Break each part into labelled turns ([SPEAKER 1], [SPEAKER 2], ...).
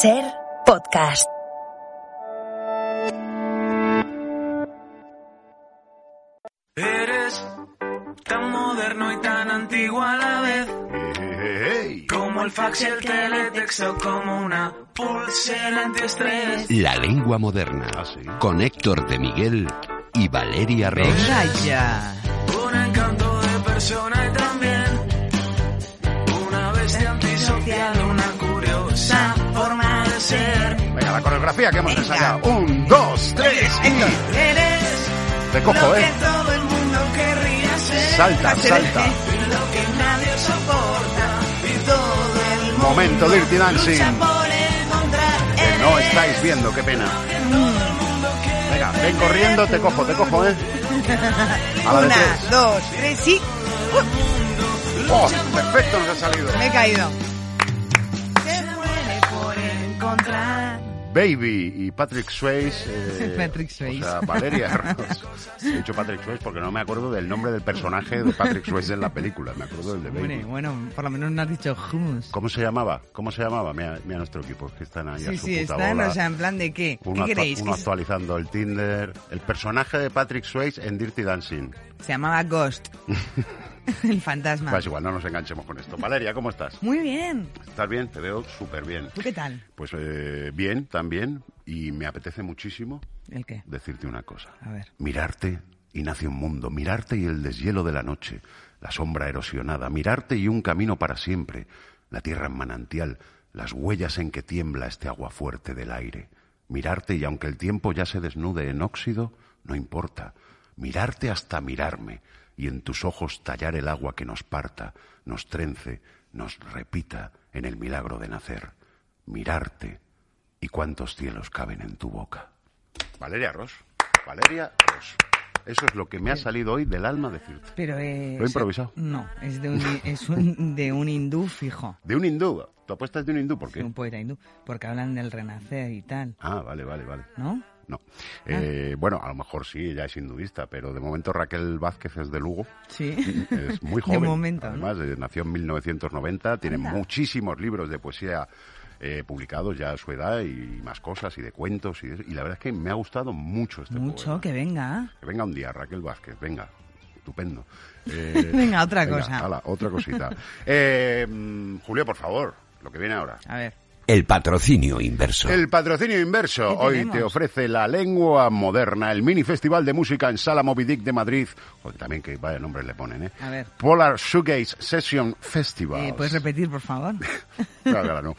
[SPEAKER 1] Ser podcast.
[SPEAKER 2] Eres tan moderno y tan antiguo a la vez. Como el fax y el teletexto, como una pulsera antiestrés.
[SPEAKER 3] La lengua moderna. Con Héctor de Miguel y Valeria Ross.
[SPEAKER 4] Venga ya.
[SPEAKER 2] Un encanto de persona y también una bestia antisocial, una curiosa forma de ser.
[SPEAKER 5] Venga, la coreografía que hemos ensayado. Un, dos, tres y...
[SPEAKER 2] Eres
[SPEAKER 5] Recojo,
[SPEAKER 2] lo que
[SPEAKER 5] eh.
[SPEAKER 2] todo el mundo querría ser.
[SPEAKER 5] Salta, salta.
[SPEAKER 2] Lo que nadie soporta y todo el mundo
[SPEAKER 5] Momento Dirty
[SPEAKER 2] lucha
[SPEAKER 5] Dancing.
[SPEAKER 2] por encontrar.
[SPEAKER 5] Que no estáis viendo, qué pena. Venga, ven corriendo, te cojo, te cojo, eh. A la de
[SPEAKER 4] Una,
[SPEAKER 5] tres.
[SPEAKER 4] dos, tres y
[SPEAKER 5] Oh, perfecto nos ha salido.
[SPEAKER 4] me he caído.
[SPEAKER 5] Baby y Patrick Swayze. eh,
[SPEAKER 4] Patrick
[SPEAKER 5] o
[SPEAKER 4] Swayze.
[SPEAKER 5] sea, Valeria Ross. He dicho Patrick Swayze porque no me acuerdo del nombre del personaje de Patrick Swayze en la película. Me acuerdo del de
[SPEAKER 4] Hombre,
[SPEAKER 5] Baby.
[SPEAKER 4] bueno, por lo menos no has dicho hummus.
[SPEAKER 5] ¿Cómo se llamaba? ¿Cómo se llamaba? Mira, mira nuestro equipo, que están ahí
[SPEAKER 4] Sí,
[SPEAKER 5] a su
[SPEAKER 4] sí,
[SPEAKER 5] puta
[SPEAKER 4] están,
[SPEAKER 5] bola.
[SPEAKER 4] o sea, en plan de qué.
[SPEAKER 5] Uno,
[SPEAKER 4] ¿Qué
[SPEAKER 5] actua-
[SPEAKER 4] queréis?
[SPEAKER 5] uno
[SPEAKER 4] Que se-
[SPEAKER 5] actualizando el Tinder. El personaje de Patrick Swayze en Dirty Dancing.
[SPEAKER 4] Se llamaba Ghost. El fantasma.
[SPEAKER 5] Pues igual, no nos enganchemos con esto. Valeria, ¿cómo estás?
[SPEAKER 4] Muy bien.
[SPEAKER 5] ¿Estás bien? Te veo súper bien.
[SPEAKER 4] ¿Tú qué tal?
[SPEAKER 5] Pues eh, bien, también. Y me apetece muchísimo
[SPEAKER 4] ¿El qué?
[SPEAKER 5] decirte una cosa.
[SPEAKER 4] A ver.
[SPEAKER 5] Mirarte y nace un mundo. Mirarte y el deshielo de la noche. La sombra erosionada. Mirarte y un camino para siempre. La tierra en manantial. Las huellas en que tiembla este agua fuerte del aire. Mirarte y aunque el tiempo ya se desnude en óxido, no importa. Mirarte hasta mirarme y en tus ojos tallar el agua que nos parta, nos trence, nos repita en el milagro de nacer. Mirarte y cuántos cielos caben en tu boca. Valeria Ross. Valeria Ross. Eso es lo que me ha salido hoy del alma decirte.
[SPEAKER 4] Pero es...
[SPEAKER 5] Lo he improvisado.
[SPEAKER 4] No, es de un, es un- de un hindú fijo.
[SPEAKER 5] De un hindú. Tu apuesta es de un hindú, ¿por
[SPEAKER 4] De
[SPEAKER 5] qué?
[SPEAKER 4] un poeta hindú. Porque hablan del renacer y tal,
[SPEAKER 5] Ah, vale, vale, vale.
[SPEAKER 4] ¿no?
[SPEAKER 5] No.
[SPEAKER 4] Ah.
[SPEAKER 5] Eh, bueno, a lo mejor sí, ella es hinduista, pero de momento Raquel Vázquez es de Lugo.
[SPEAKER 4] Sí.
[SPEAKER 5] Es muy
[SPEAKER 4] De
[SPEAKER 5] joven.
[SPEAKER 4] momento, ¿no?
[SPEAKER 5] Además, eh, nació en 1990, tiene muchísimos libros de poesía eh, publicados ya a su edad y más cosas y de cuentos. Y, de- y la verdad es que me ha gustado mucho este
[SPEAKER 4] Mucho,
[SPEAKER 5] poema.
[SPEAKER 4] que venga.
[SPEAKER 5] Que venga un día, Raquel Vázquez, venga. Estupendo. Eh,
[SPEAKER 4] Venga, otra cosa.
[SPEAKER 5] hala, otra cosita. Eh, mm, Julio, por favor, lo que viene ahora.
[SPEAKER 4] A ver. eh,
[SPEAKER 3] El patrocinio inverso.
[SPEAKER 5] El patrocinio inverso
[SPEAKER 4] ¿Qué
[SPEAKER 5] hoy
[SPEAKER 4] tenemos?
[SPEAKER 5] te ofrece la lengua moderna, el mini festival de música en Sala Moby Dick de Madrid. Joder, también que vaya nombres le ponen, ¿eh?
[SPEAKER 4] A ver.
[SPEAKER 5] Polar Shoegaze Session Festival.
[SPEAKER 4] Eh, ¿Puedes repetir, por favor?
[SPEAKER 5] Claro, claro, no.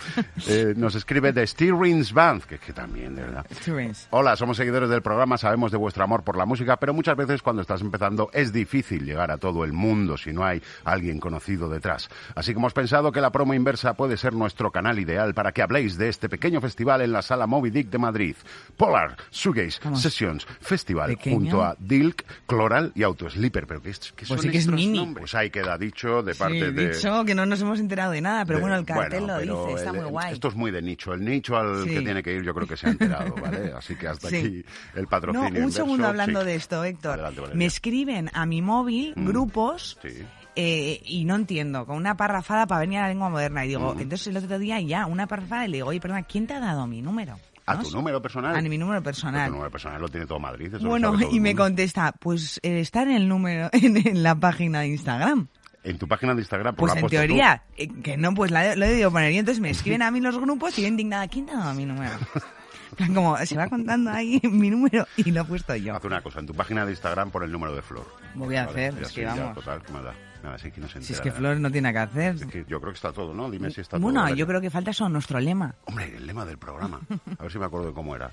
[SPEAKER 5] Eh, nos escribe The Steerings Band, que es que también, de verdad.
[SPEAKER 4] Experience.
[SPEAKER 5] Hola, somos seguidores del programa, sabemos de vuestro amor por la música, pero muchas veces cuando estás empezando es difícil llegar a todo el mundo si no hay alguien conocido detrás. Así que hemos pensado que la promo inversa puede ser nuestro canal ideal para que habléis de este pequeño festival en la sala Moby Dick de Madrid. Polar, Shoegaze,
[SPEAKER 4] Vamos.
[SPEAKER 5] Sessions, Festival,
[SPEAKER 4] Pequeño.
[SPEAKER 5] junto a Dilk, Cloral y Autosleeper. Pero que, es, que
[SPEAKER 4] Pues
[SPEAKER 5] son
[SPEAKER 4] sí que es
[SPEAKER 5] estos
[SPEAKER 4] mini.
[SPEAKER 5] nombres? Pues ahí queda dicho de parte
[SPEAKER 4] sí,
[SPEAKER 5] de...
[SPEAKER 4] dicho que no nos hemos enterado de nada, pero
[SPEAKER 5] de-
[SPEAKER 4] bueno, el cartel
[SPEAKER 5] bueno,
[SPEAKER 4] lo
[SPEAKER 5] pero
[SPEAKER 4] dice, está
[SPEAKER 5] el-
[SPEAKER 4] muy guay.
[SPEAKER 5] Esto es muy de nicho. El nicho al
[SPEAKER 4] Sí.
[SPEAKER 5] que tiene que ir, yo creo que se ha enterado, ¿vale? Así que hasta
[SPEAKER 4] Sí.
[SPEAKER 5] aquí el
[SPEAKER 4] No,
[SPEAKER 5] patrocinio.
[SPEAKER 4] un
[SPEAKER 5] inverso,
[SPEAKER 4] segundo hablando
[SPEAKER 5] sí.
[SPEAKER 4] de esto, Héctor.
[SPEAKER 5] Adelante, Valeria.
[SPEAKER 4] Me escriben a mi móvil grupos
[SPEAKER 5] Mm. Sí.
[SPEAKER 4] eh, y no entiendo, con una parrafada para venir a la lengua moderna. Y
[SPEAKER 5] Mm.
[SPEAKER 4] digo, entonces el otro día ya, una parrafada, y le digo, oye, perdona, ¿quién te ha dado mi número?
[SPEAKER 5] ¿A
[SPEAKER 4] ¿No?
[SPEAKER 5] tu número personal?
[SPEAKER 4] A mi número
[SPEAKER 5] Pero
[SPEAKER 4] personal.
[SPEAKER 5] Tu número personal lo tiene todo Madrid. eso lo
[SPEAKER 4] bueno,
[SPEAKER 5] sabe todo
[SPEAKER 4] y
[SPEAKER 5] el
[SPEAKER 4] me
[SPEAKER 5] mundo.
[SPEAKER 4] contesta, pues eh, está en el número, en, en la página de Instagram.
[SPEAKER 5] En tu página de Instagram,
[SPEAKER 4] Pues
[SPEAKER 5] pues, la has
[SPEAKER 4] en
[SPEAKER 5] puesto tú.
[SPEAKER 4] teoría, eh, que no, pues la, lo he debido poner. Y entonces me escriben a mí los grupos y yo indignada, ¿quién te ha dado mi número? En plan, Como se va contando ahí mi número y lo he puesto yo.
[SPEAKER 5] Haz una cosa, en tu página de Instagram pon el número de Flor.
[SPEAKER 4] Lo voy a hacer,
[SPEAKER 5] ya
[SPEAKER 4] es que
[SPEAKER 5] sí, ya,
[SPEAKER 4] vamos.
[SPEAKER 5] total, que mala. Nada, sí que no se
[SPEAKER 4] Si es
[SPEAKER 5] entera
[SPEAKER 4] que
[SPEAKER 5] de
[SPEAKER 4] Flor no tiene nada que hacer.
[SPEAKER 5] nada. Es que yo creo que está todo, ¿no? Dime si está todo.
[SPEAKER 4] Bueno,
[SPEAKER 5] Valeria.
[SPEAKER 4] yo creo que falta eso, nuestro lema.
[SPEAKER 5] Hombre, el lema del programa. A ver si me acuerdo de cómo era.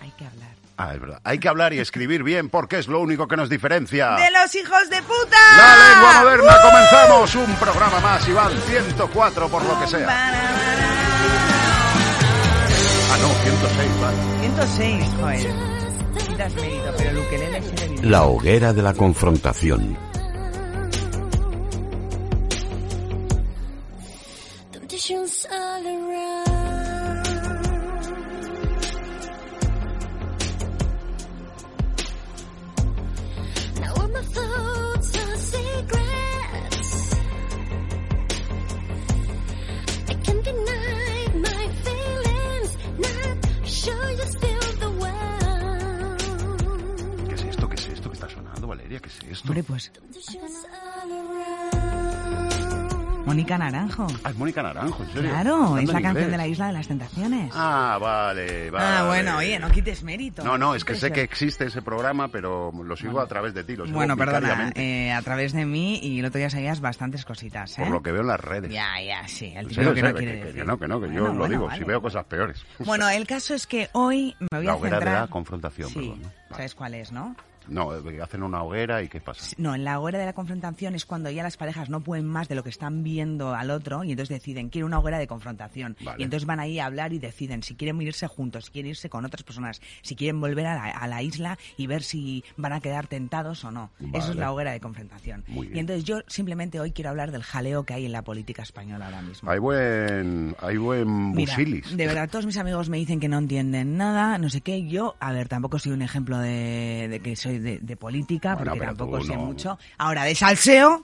[SPEAKER 4] Hay que hablar.
[SPEAKER 5] Ah, es verdad. Hay que hablar y escribir bien porque es lo único que nos diferencia.
[SPEAKER 4] ¡De los hijos de puta!
[SPEAKER 5] Ah. La lengua moderna, comenzamos un programa más, Iván, 104 por lo que sea. Ah, no, 106, vale.
[SPEAKER 4] 106, joder. Quitas mérito, pero el ukelele sí le viene.
[SPEAKER 3] La hoguera de la confrontación.
[SPEAKER 6] Temptations all around. Now all my thoughts are secrets. I can't deny my feelings. Not sure you're still the one.
[SPEAKER 5] ¿Qué es esto? ¿Qué es esto que está sonando, Valeria? ¿Qué es esto?
[SPEAKER 4] Hombre, pues,
[SPEAKER 6] Temptations all around.
[SPEAKER 4] Mónica Naranjo.
[SPEAKER 5] Ah, es Mónica Naranjo, ¿en serio?
[SPEAKER 4] Claro,
[SPEAKER 5] Cantando
[SPEAKER 4] es la
[SPEAKER 5] en
[SPEAKER 4] canción
[SPEAKER 5] inglés.
[SPEAKER 4] de la Isla de las Tentaciones.
[SPEAKER 5] Ah, vale, vale.
[SPEAKER 4] Ah, bueno, oye, no quites mérito.
[SPEAKER 5] No, no, es que sé
[SPEAKER 4] Eso.
[SPEAKER 5] que existe ese programa, pero lo sigo a través de ti. Lo sigo
[SPEAKER 4] Bueno, perdona,
[SPEAKER 5] vicariamente,
[SPEAKER 4] eh, a través de mí y el otro día sabías bastantes cositas, ¿eh?
[SPEAKER 5] Por lo que veo en las redes.
[SPEAKER 4] Ya, ya, sí, el
[SPEAKER 5] En
[SPEAKER 4] típico
[SPEAKER 5] serio,
[SPEAKER 4] que
[SPEAKER 5] en
[SPEAKER 4] no quiere
[SPEAKER 5] serio, que- que-
[SPEAKER 4] decir.
[SPEAKER 5] que no, que no, que yo
[SPEAKER 4] Bueno,
[SPEAKER 5] lo
[SPEAKER 4] bueno,
[SPEAKER 5] digo,
[SPEAKER 4] vale.
[SPEAKER 5] si veo cosas peores.
[SPEAKER 4] Bueno, el caso es que hoy me voy
[SPEAKER 5] La
[SPEAKER 4] a
[SPEAKER 5] hoguera de
[SPEAKER 4] centrar...
[SPEAKER 5] la confrontación,
[SPEAKER 4] Sí,
[SPEAKER 5] perdón, ¿no? Vale.
[SPEAKER 4] ¿sabes cuál es, no?
[SPEAKER 5] No, eh, hacen una hoguera y ¿qué pasa?
[SPEAKER 4] No, en la hora de la confrontación es cuando ya las parejas no pueden más de lo que están viendo al otro y entonces deciden, quiero una hoguera de confrontación.
[SPEAKER 5] Vale.
[SPEAKER 4] Y entonces van ahí a hablar y deciden si quieren irse juntos, si quieren irse con otras personas, si quieren volver a la, a la isla y ver si van a quedar tentados o no. Eso
[SPEAKER 5] Vale.
[SPEAKER 4] es la hoguera de confrontación.
[SPEAKER 5] Muy bien.
[SPEAKER 4] Y entonces yo simplemente hoy quiero hablar del jaleo que hay en la política española ahora mismo.
[SPEAKER 5] Hay buen, hay buen
[SPEAKER 4] Mira,
[SPEAKER 5] busilis.
[SPEAKER 4] de verdad, todos mis amigos me dicen que no entienden nada, no sé qué. Yo, a ver, tampoco soy un ejemplo de, de que soy de, de política,
[SPEAKER 5] Bueno,
[SPEAKER 4] porque
[SPEAKER 5] pero
[SPEAKER 4] tampoco
[SPEAKER 5] tú
[SPEAKER 4] sé
[SPEAKER 5] no.
[SPEAKER 4] mucho. Ahora, de salseo,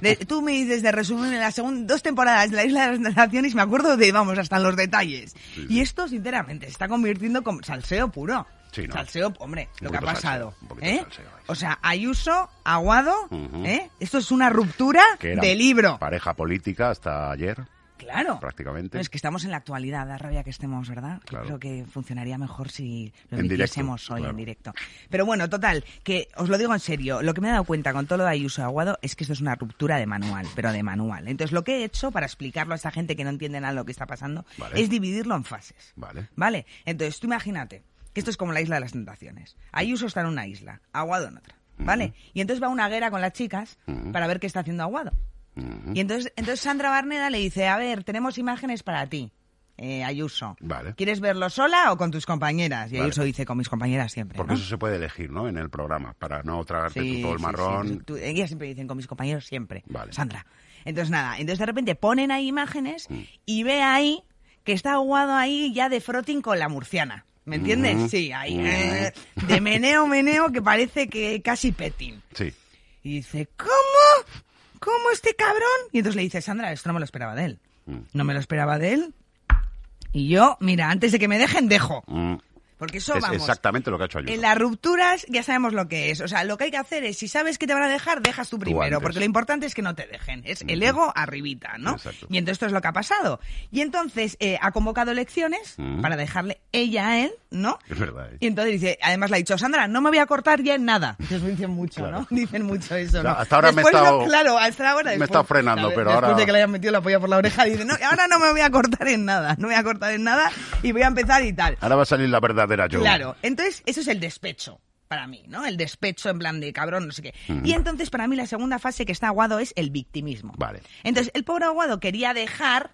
[SPEAKER 4] de- tú me dices de resumir en las segun- dos temporadas de la Isla de las Naciones, me acuerdo de, vamos, hasta los detalles. Y esto, sinceramente, se está convirtiendo como salseo puro.
[SPEAKER 5] Sí, ¿no?
[SPEAKER 4] Salseo, hombre, lo que ha
[SPEAKER 5] poquito
[SPEAKER 4] pasado.
[SPEAKER 5] salseo, un poquito
[SPEAKER 4] ¿eh?
[SPEAKER 5] salseo ahí.
[SPEAKER 4] O sea, Ayuso, Aguado,
[SPEAKER 5] Ujú.
[SPEAKER 4] ¿eh? esto es una ruptura
[SPEAKER 5] que eran
[SPEAKER 4] de libro.
[SPEAKER 5] Pareja política hasta ayer,
[SPEAKER 4] Claro.
[SPEAKER 5] prácticamente.
[SPEAKER 4] No, es que estamos en la actualidad, da rabia que estemos, ¿verdad?
[SPEAKER 5] Claro.
[SPEAKER 4] Yo creo que funcionaría mejor si lo
[SPEAKER 5] En directo,
[SPEAKER 4] emitiésemos hoy
[SPEAKER 5] claro.
[SPEAKER 4] en directo. Pero bueno, total, que os lo digo en serio, lo que me he dado cuenta con todo lo de Ayuso y Aguado es que esto es una ruptura de manual, pero de manual. Entonces lo que he hecho para explicarlo a esta gente que no entiende nada de lo que está pasando
[SPEAKER 5] Vale.
[SPEAKER 4] es dividirlo en fases.
[SPEAKER 5] Vale.
[SPEAKER 4] ¿Vale? Entonces, tú imagínate que esto es como la isla de las tentaciones. Ayuso está en una isla, Aguado en otra, ¿vale? Y entonces va a una guerra con las chicas para ver qué está haciendo Aguado. Y entonces, entonces Sandra Barneda le dice, a ver, tenemos imágenes para ti, eh, Ayuso.
[SPEAKER 5] Vale.
[SPEAKER 4] ¿Quieres verlo sola o con tus compañeras? Y
[SPEAKER 5] Vale.
[SPEAKER 4] Ayuso dice, con mis compañeras siempre.
[SPEAKER 5] Porque
[SPEAKER 4] ¿no?
[SPEAKER 5] eso se puede elegir, ¿no? En el programa, para no tragarte
[SPEAKER 4] Sí,
[SPEAKER 5] tú todo el
[SPEAKER 4] sí,
[SPEAKER 5] marrón.
[SPEAKER 4] sí. Tú- tú- ellas siempre dicen con mis compañeros siempre.
[SPEAKER 5] Vale.
[SPEAKER 4] Sandra. Entonces nada, entonces de repente ponen ahí imágenes
[SPEAKER 5] Mm.
[SPEAKER 4] y ve ahí que está aguado ahí ya de frotting con la murciana. ¿Me entiendes?
[SPEAKER 5] Mm.
[SPEAKER 4] Sí, ahí. eh, de meneo, meneo, que parece que casi petting.
[SPEAKER 5] Sí.
[SPEAKER 4] Y dice, ¿cómo? ¿Cómo este cabrón? Y entonces le dice, Sandra, esto no me lo esperaba de él.
[SPEAKER 5] Mm.
[SPEAKER 4] No me lo esperaba de él. Y yo, mira, antes de que me dejen, dejo.
[SPEAKER 5] Mm.
[SPEAKER 4] Porque eso,
[SPEAKER 5] es
[SPEAKER 4] vamos,
[SPEAKER 5] exactamente lo que ha hecho Ayuso.
[SPEAKER 4] en las rupturas ya sabemos lo que es. O sea, lo que hay que hacer es, si sabes que te van a dejar, dejas tú primero.
[SPEAKER 5] antes.
[SPEAKER 4] porque lo importante es que no te dejen. Es el ego arribita, ¿no?
[SPEAKER 5] Exacto.
[SPEAKER 4] Y entonces esto es lo que ha pasado. Y entonces eh, ha convocado elecciones
[SPEAKER 5] Mm.
[SPEAKER 4] para dejarle ella a él, ¿no?
[SPEAKER 5] Es verdad. ¿eh?
[SPEAKER 4] Y entonces dice, además le ha dicho, Sandra, no me voy a cortar ya en nada. Entonces dicen mucho,
[SPEAKER 5] Claro.
[SPEAKER 4] ¿no? Dicen mucho eso,
[SPEAKER 5] O sea,
[SPEAKER 4] ¿no?
[SPEAKER 5] hasta ahora me he
[SPEAKER 4] Después
[SPEAKER 5] estado-
[SPEAKER 4] no- claro, hasta ahora...
[SPEAKER 5] me he
[SPEAKER 4] después-
[SPEAKER 5] estado frenando,
[SPEAKER 4] ¿sabes?
[SPEAKER 5] pero
[SPEAKER 4] después
[SPEAKER 5] ahora-
[SPEAKER 4] de que le hayan metido la polla por la oreja, dice, no, ahora no me voy a cortar en nada, no me voy a cortar en nada y voy a empezar y tal.
[SPEAKER 5] Ahora va a salir la verdadera Ah, yo.
[SPEAKER 4] Claro, entonces eso es el despecho para mí, ¿no? El despecho en plan de cabrón, no sé qué. Y entonces para mí la segunda fase que está aguado es el victimismo.
[SPEAKER 5] Vale.
[SPEAKER 4] Entonces el pobre aguado quería dejar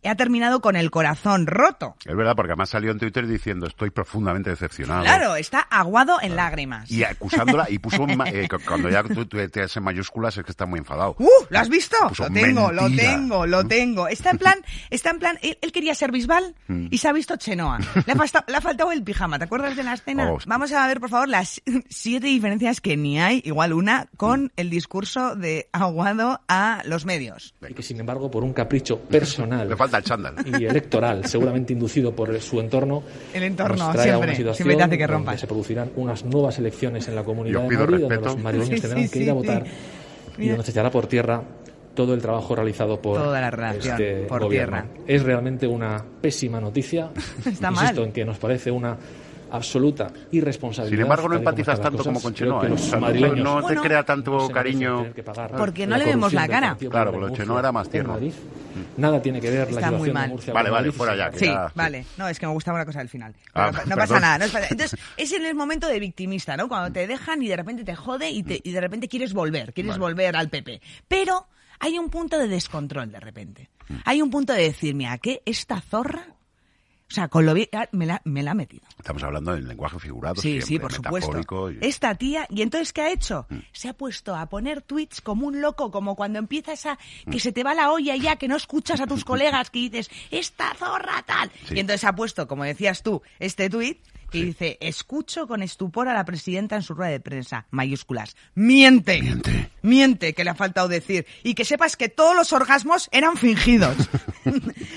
[SPEAKER 4] y ha terminado con el corazón roto.
[SPEAKER 5] Mm, Es verdad, porque además salió en Twitter diciendo estoy profundamente decepcionado.
[SPEAKER 4] Claro, está aguado en lágrimas.
[SPEAKER 5] Y acusándola, y puso en ma- eh, cu- cuando ya tú tú te haces mayúsculas es que está muy enfadado.
[SPEAKER 4] ¡Uh! ¿Lo has visto?
[SPEAKER 5] Puso
[SPEAKER 4] lo tengo, lo
[SPEAKER 5] mentira.
[SPEAKER 4] tengo, lo tengo. Está en plan, está en plan, él, él quería ser Bisbal y se ha visto Chenoa. Le ha, fasta- le ha faltado el pijama, ¿te acuerdas de la escena?
[SPEAKER 5] Hostia.
[SPEAKER 4] Vamos a ver, por favor, las siete diferencias que ni hay, igual una, con el discurso de Aguado a los medios.
[SPEAKER 7] y que sin embargo por un capricho
[SPEAKER 5] Le
[SPEAKER 7] personal
[SPEAKER 5] falta el chándal.
[SPEAKER 7] y electoral, seguramente inducido por su entorno,
[SPEAKER 4] El entorno,
[SPEAKER 7] nos trae a
[SPEAKER 4] siempre,
[SPEAKER 7] una situación
[SPEAKER 4] siempre te hace que
[SPEAKER 7] donde
[SPEAKER 4] rompas.
[SPEAKER 7] se producirán unas nuevas elecciones en la
[SPEAKER 5] Yo
[SPEAKER 7] Comunidad de
[SPEAKER 5] pido
[SPEAKER 7] Madrid, donde
[SPEAKER 5] respeto.
[SPEAKER 7] los madrileños
[SPEAKER 4] Sí,
[SPEAKER 7] tendrán
[SPEAKER 4] sí,
[SPEAKER 7] que ir
[SPEAKER 4] sí,
[SPEAKER 7] a
[SPEAKER 4] sí.
[SPEAKER 7] votar y
[SPEAKER 4] Mira.
[SPEAKER 7] donde se echará por tierra todo el trabajo realizado por
[SPEAKER 4] Toda la relación,
[SPEAKER 7] este
[SPEAKER 4] por
[SPEAKER 7] gobierno.
[SPEAKER 4] tierra.
[SPEAKER 7] Es realmente una pésima noticia,
[SPEAKER 4] Está
[SPEAKER 7] insisto
[SPEAKER 4] mal.
[SPEAKER 7] en que nos parece una absoluta irresponsabilidad.
[SPEAKER 5] Sin embargo, no
[SPEAKER 7] tal y como
[SPEAKER 5] empatizas
[SPEAKER 7] están
[SPEAKER 5] tanto
[SPEAKER 7] las
[SPEAKER 5] como
[SPEAKER 7] cosas,
[SPEAKER 5] con
[SPEAKER 7] creo
[SPEAKER 5] Chenoa,
[SPEAKER 7] que
[SPEAKER 5] ¿eh?
[SPEAKER 7] los
[SPEAKER 5] O sea, no-
[SPEAKER 7] madrileños
[SPEAKER 5] no te
[SPEAKER 7] Bueno,
[SPEAKER 5] crea tanto
[SPEAKER 7] se merecen
[SPEAKER 5] cariño.
[SPEAKER 7] tener que pagar
[SPEAKER 4] Porque no
[SPEAKER 7] la
[SPEAKER 4] le vemos
[SPEAKER 7] corrupción
[SPEAKER 4] la
[SPEAKER 7] del
[SPEAKER 4] cara.
[SPEAKER 7] Partido
[SPEAKER 5] Claro,
[SPEAKER 7] Popular
[SPEAKER 5] porque
[SPEAKER 7] de
[SPEAKER 5] Chenoa era más
[SPEAKER 7] en
[SPEAKER 5] tierno.
[SPEAKER 7] Madrid. Nada tiene que ver la
[SPEAKER 4] Está muy
[SPEAKER 7] situación de
[SPEAKER 4] mal.
[SPEAKER 7] Murcia. con
[SPEAKER 5] Vale, vale,
[SPEAKER 7] Madrid y
[SPEAKER 5] fuera ya,
[SPEAKER 7] Sevilla.
[SPEAKER 5] que
[SPEAKER 4] Sí,
[SPEAKER 5] ya-
[SPEAKER 4] vale. No, es que me gustaba una cosa al final.
[SPEAKER 5] Ah,
[SPEAKER 4] Pero no
[SPEAKER 5] perdón.
[SPEAKER 4] pasa nada, no pasa- Entonces, ese es el momento de victimista, ¿no? Cuando te dejan y de repente te jode y, te- y de repente quieres volver, quieres volver al PP. Pero hay un punto de descontrol de repente.
[SPEAKER 5] Mm.
[SPEAKER 4] Hay un punto de decir, mira, que esta zorra, o sea, con lo bien, ah, me la, me la ha metido.
[SPEAKER 5] Estamos hablando del lenguaje figurado.
[SPEAKER 4] Sí,
[SPEAKER 5] siempre,
[SPEAKER 4] sí, por supuesto.
[SPEAKER 5] metafórico y- Mm.
[SPEAKER 4] Esta tía, ¿y entonces qué ha hecho? Se ha puesto a poner tweets como un loco, como cuando empieza esa
[SPEAKER 5] Mm.
[SPEAKER 4] que se te va la olla ya, que no escuchas a tus colegas, que dices, esta zorra tal.
[SPEAKER 5] Sí.
[SPEAKER 4] Y entonces ha puesto, como decías tú, este tweet que
[SPEAKER 5] Sí.
[SPEAKER 4] dice, escucho con estupor a la presidenta en su rueda de prensa, mayúsculas. Miente.
[SPEAKER 5] Miente.
[SPEAKER 4] Miente, que le ha faltado decir. Y que sepas que todos los orgasmos eran fingidos.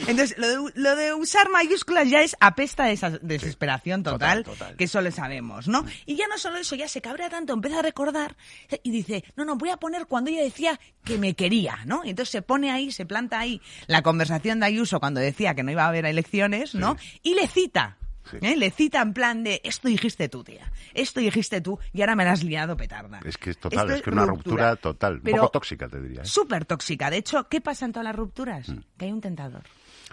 [SPEAKER 4] entonces, lo de, lo de usar mayúsculas ya es apesta de esa desesperación
[SPEAKER 5] Total,
[SPEAKER 4] total,
[SPEAKER 5] total.
[SPEAKER 4] que eso lo sabemos, ¿no? Y ya no solo eso, ya se cabrea tanto, empieza a recordar eh, y dice, no, no, voy a poner cuando ella decía que me quería, ¿no? Y entonces se pone ahí, se planta ahí la conversación de Ayuso cuando decía que no iba a haber elecciones, ¿no? Y le cita.
[SPEAKER 5] Sí.
[SPEAKER 4] ¿eh? Le cita en plan de esto dijiste tú, tía, esto dijiste tú y ahora me la has liado petarda.
[SPEAKER 5] Es que es total,
[SPEAKER 4] Esto
[SPEAKER 5] es que una ruptura total, un
[SPEAKER 4] Este pero
[SPEAKER 5] poco tóxica, te diría, ¿eh? Mm.
[SPEAKER 4] Súper tóxica. De hecho, ¿qué pasa en todas las rupturas? Que hay un tentador.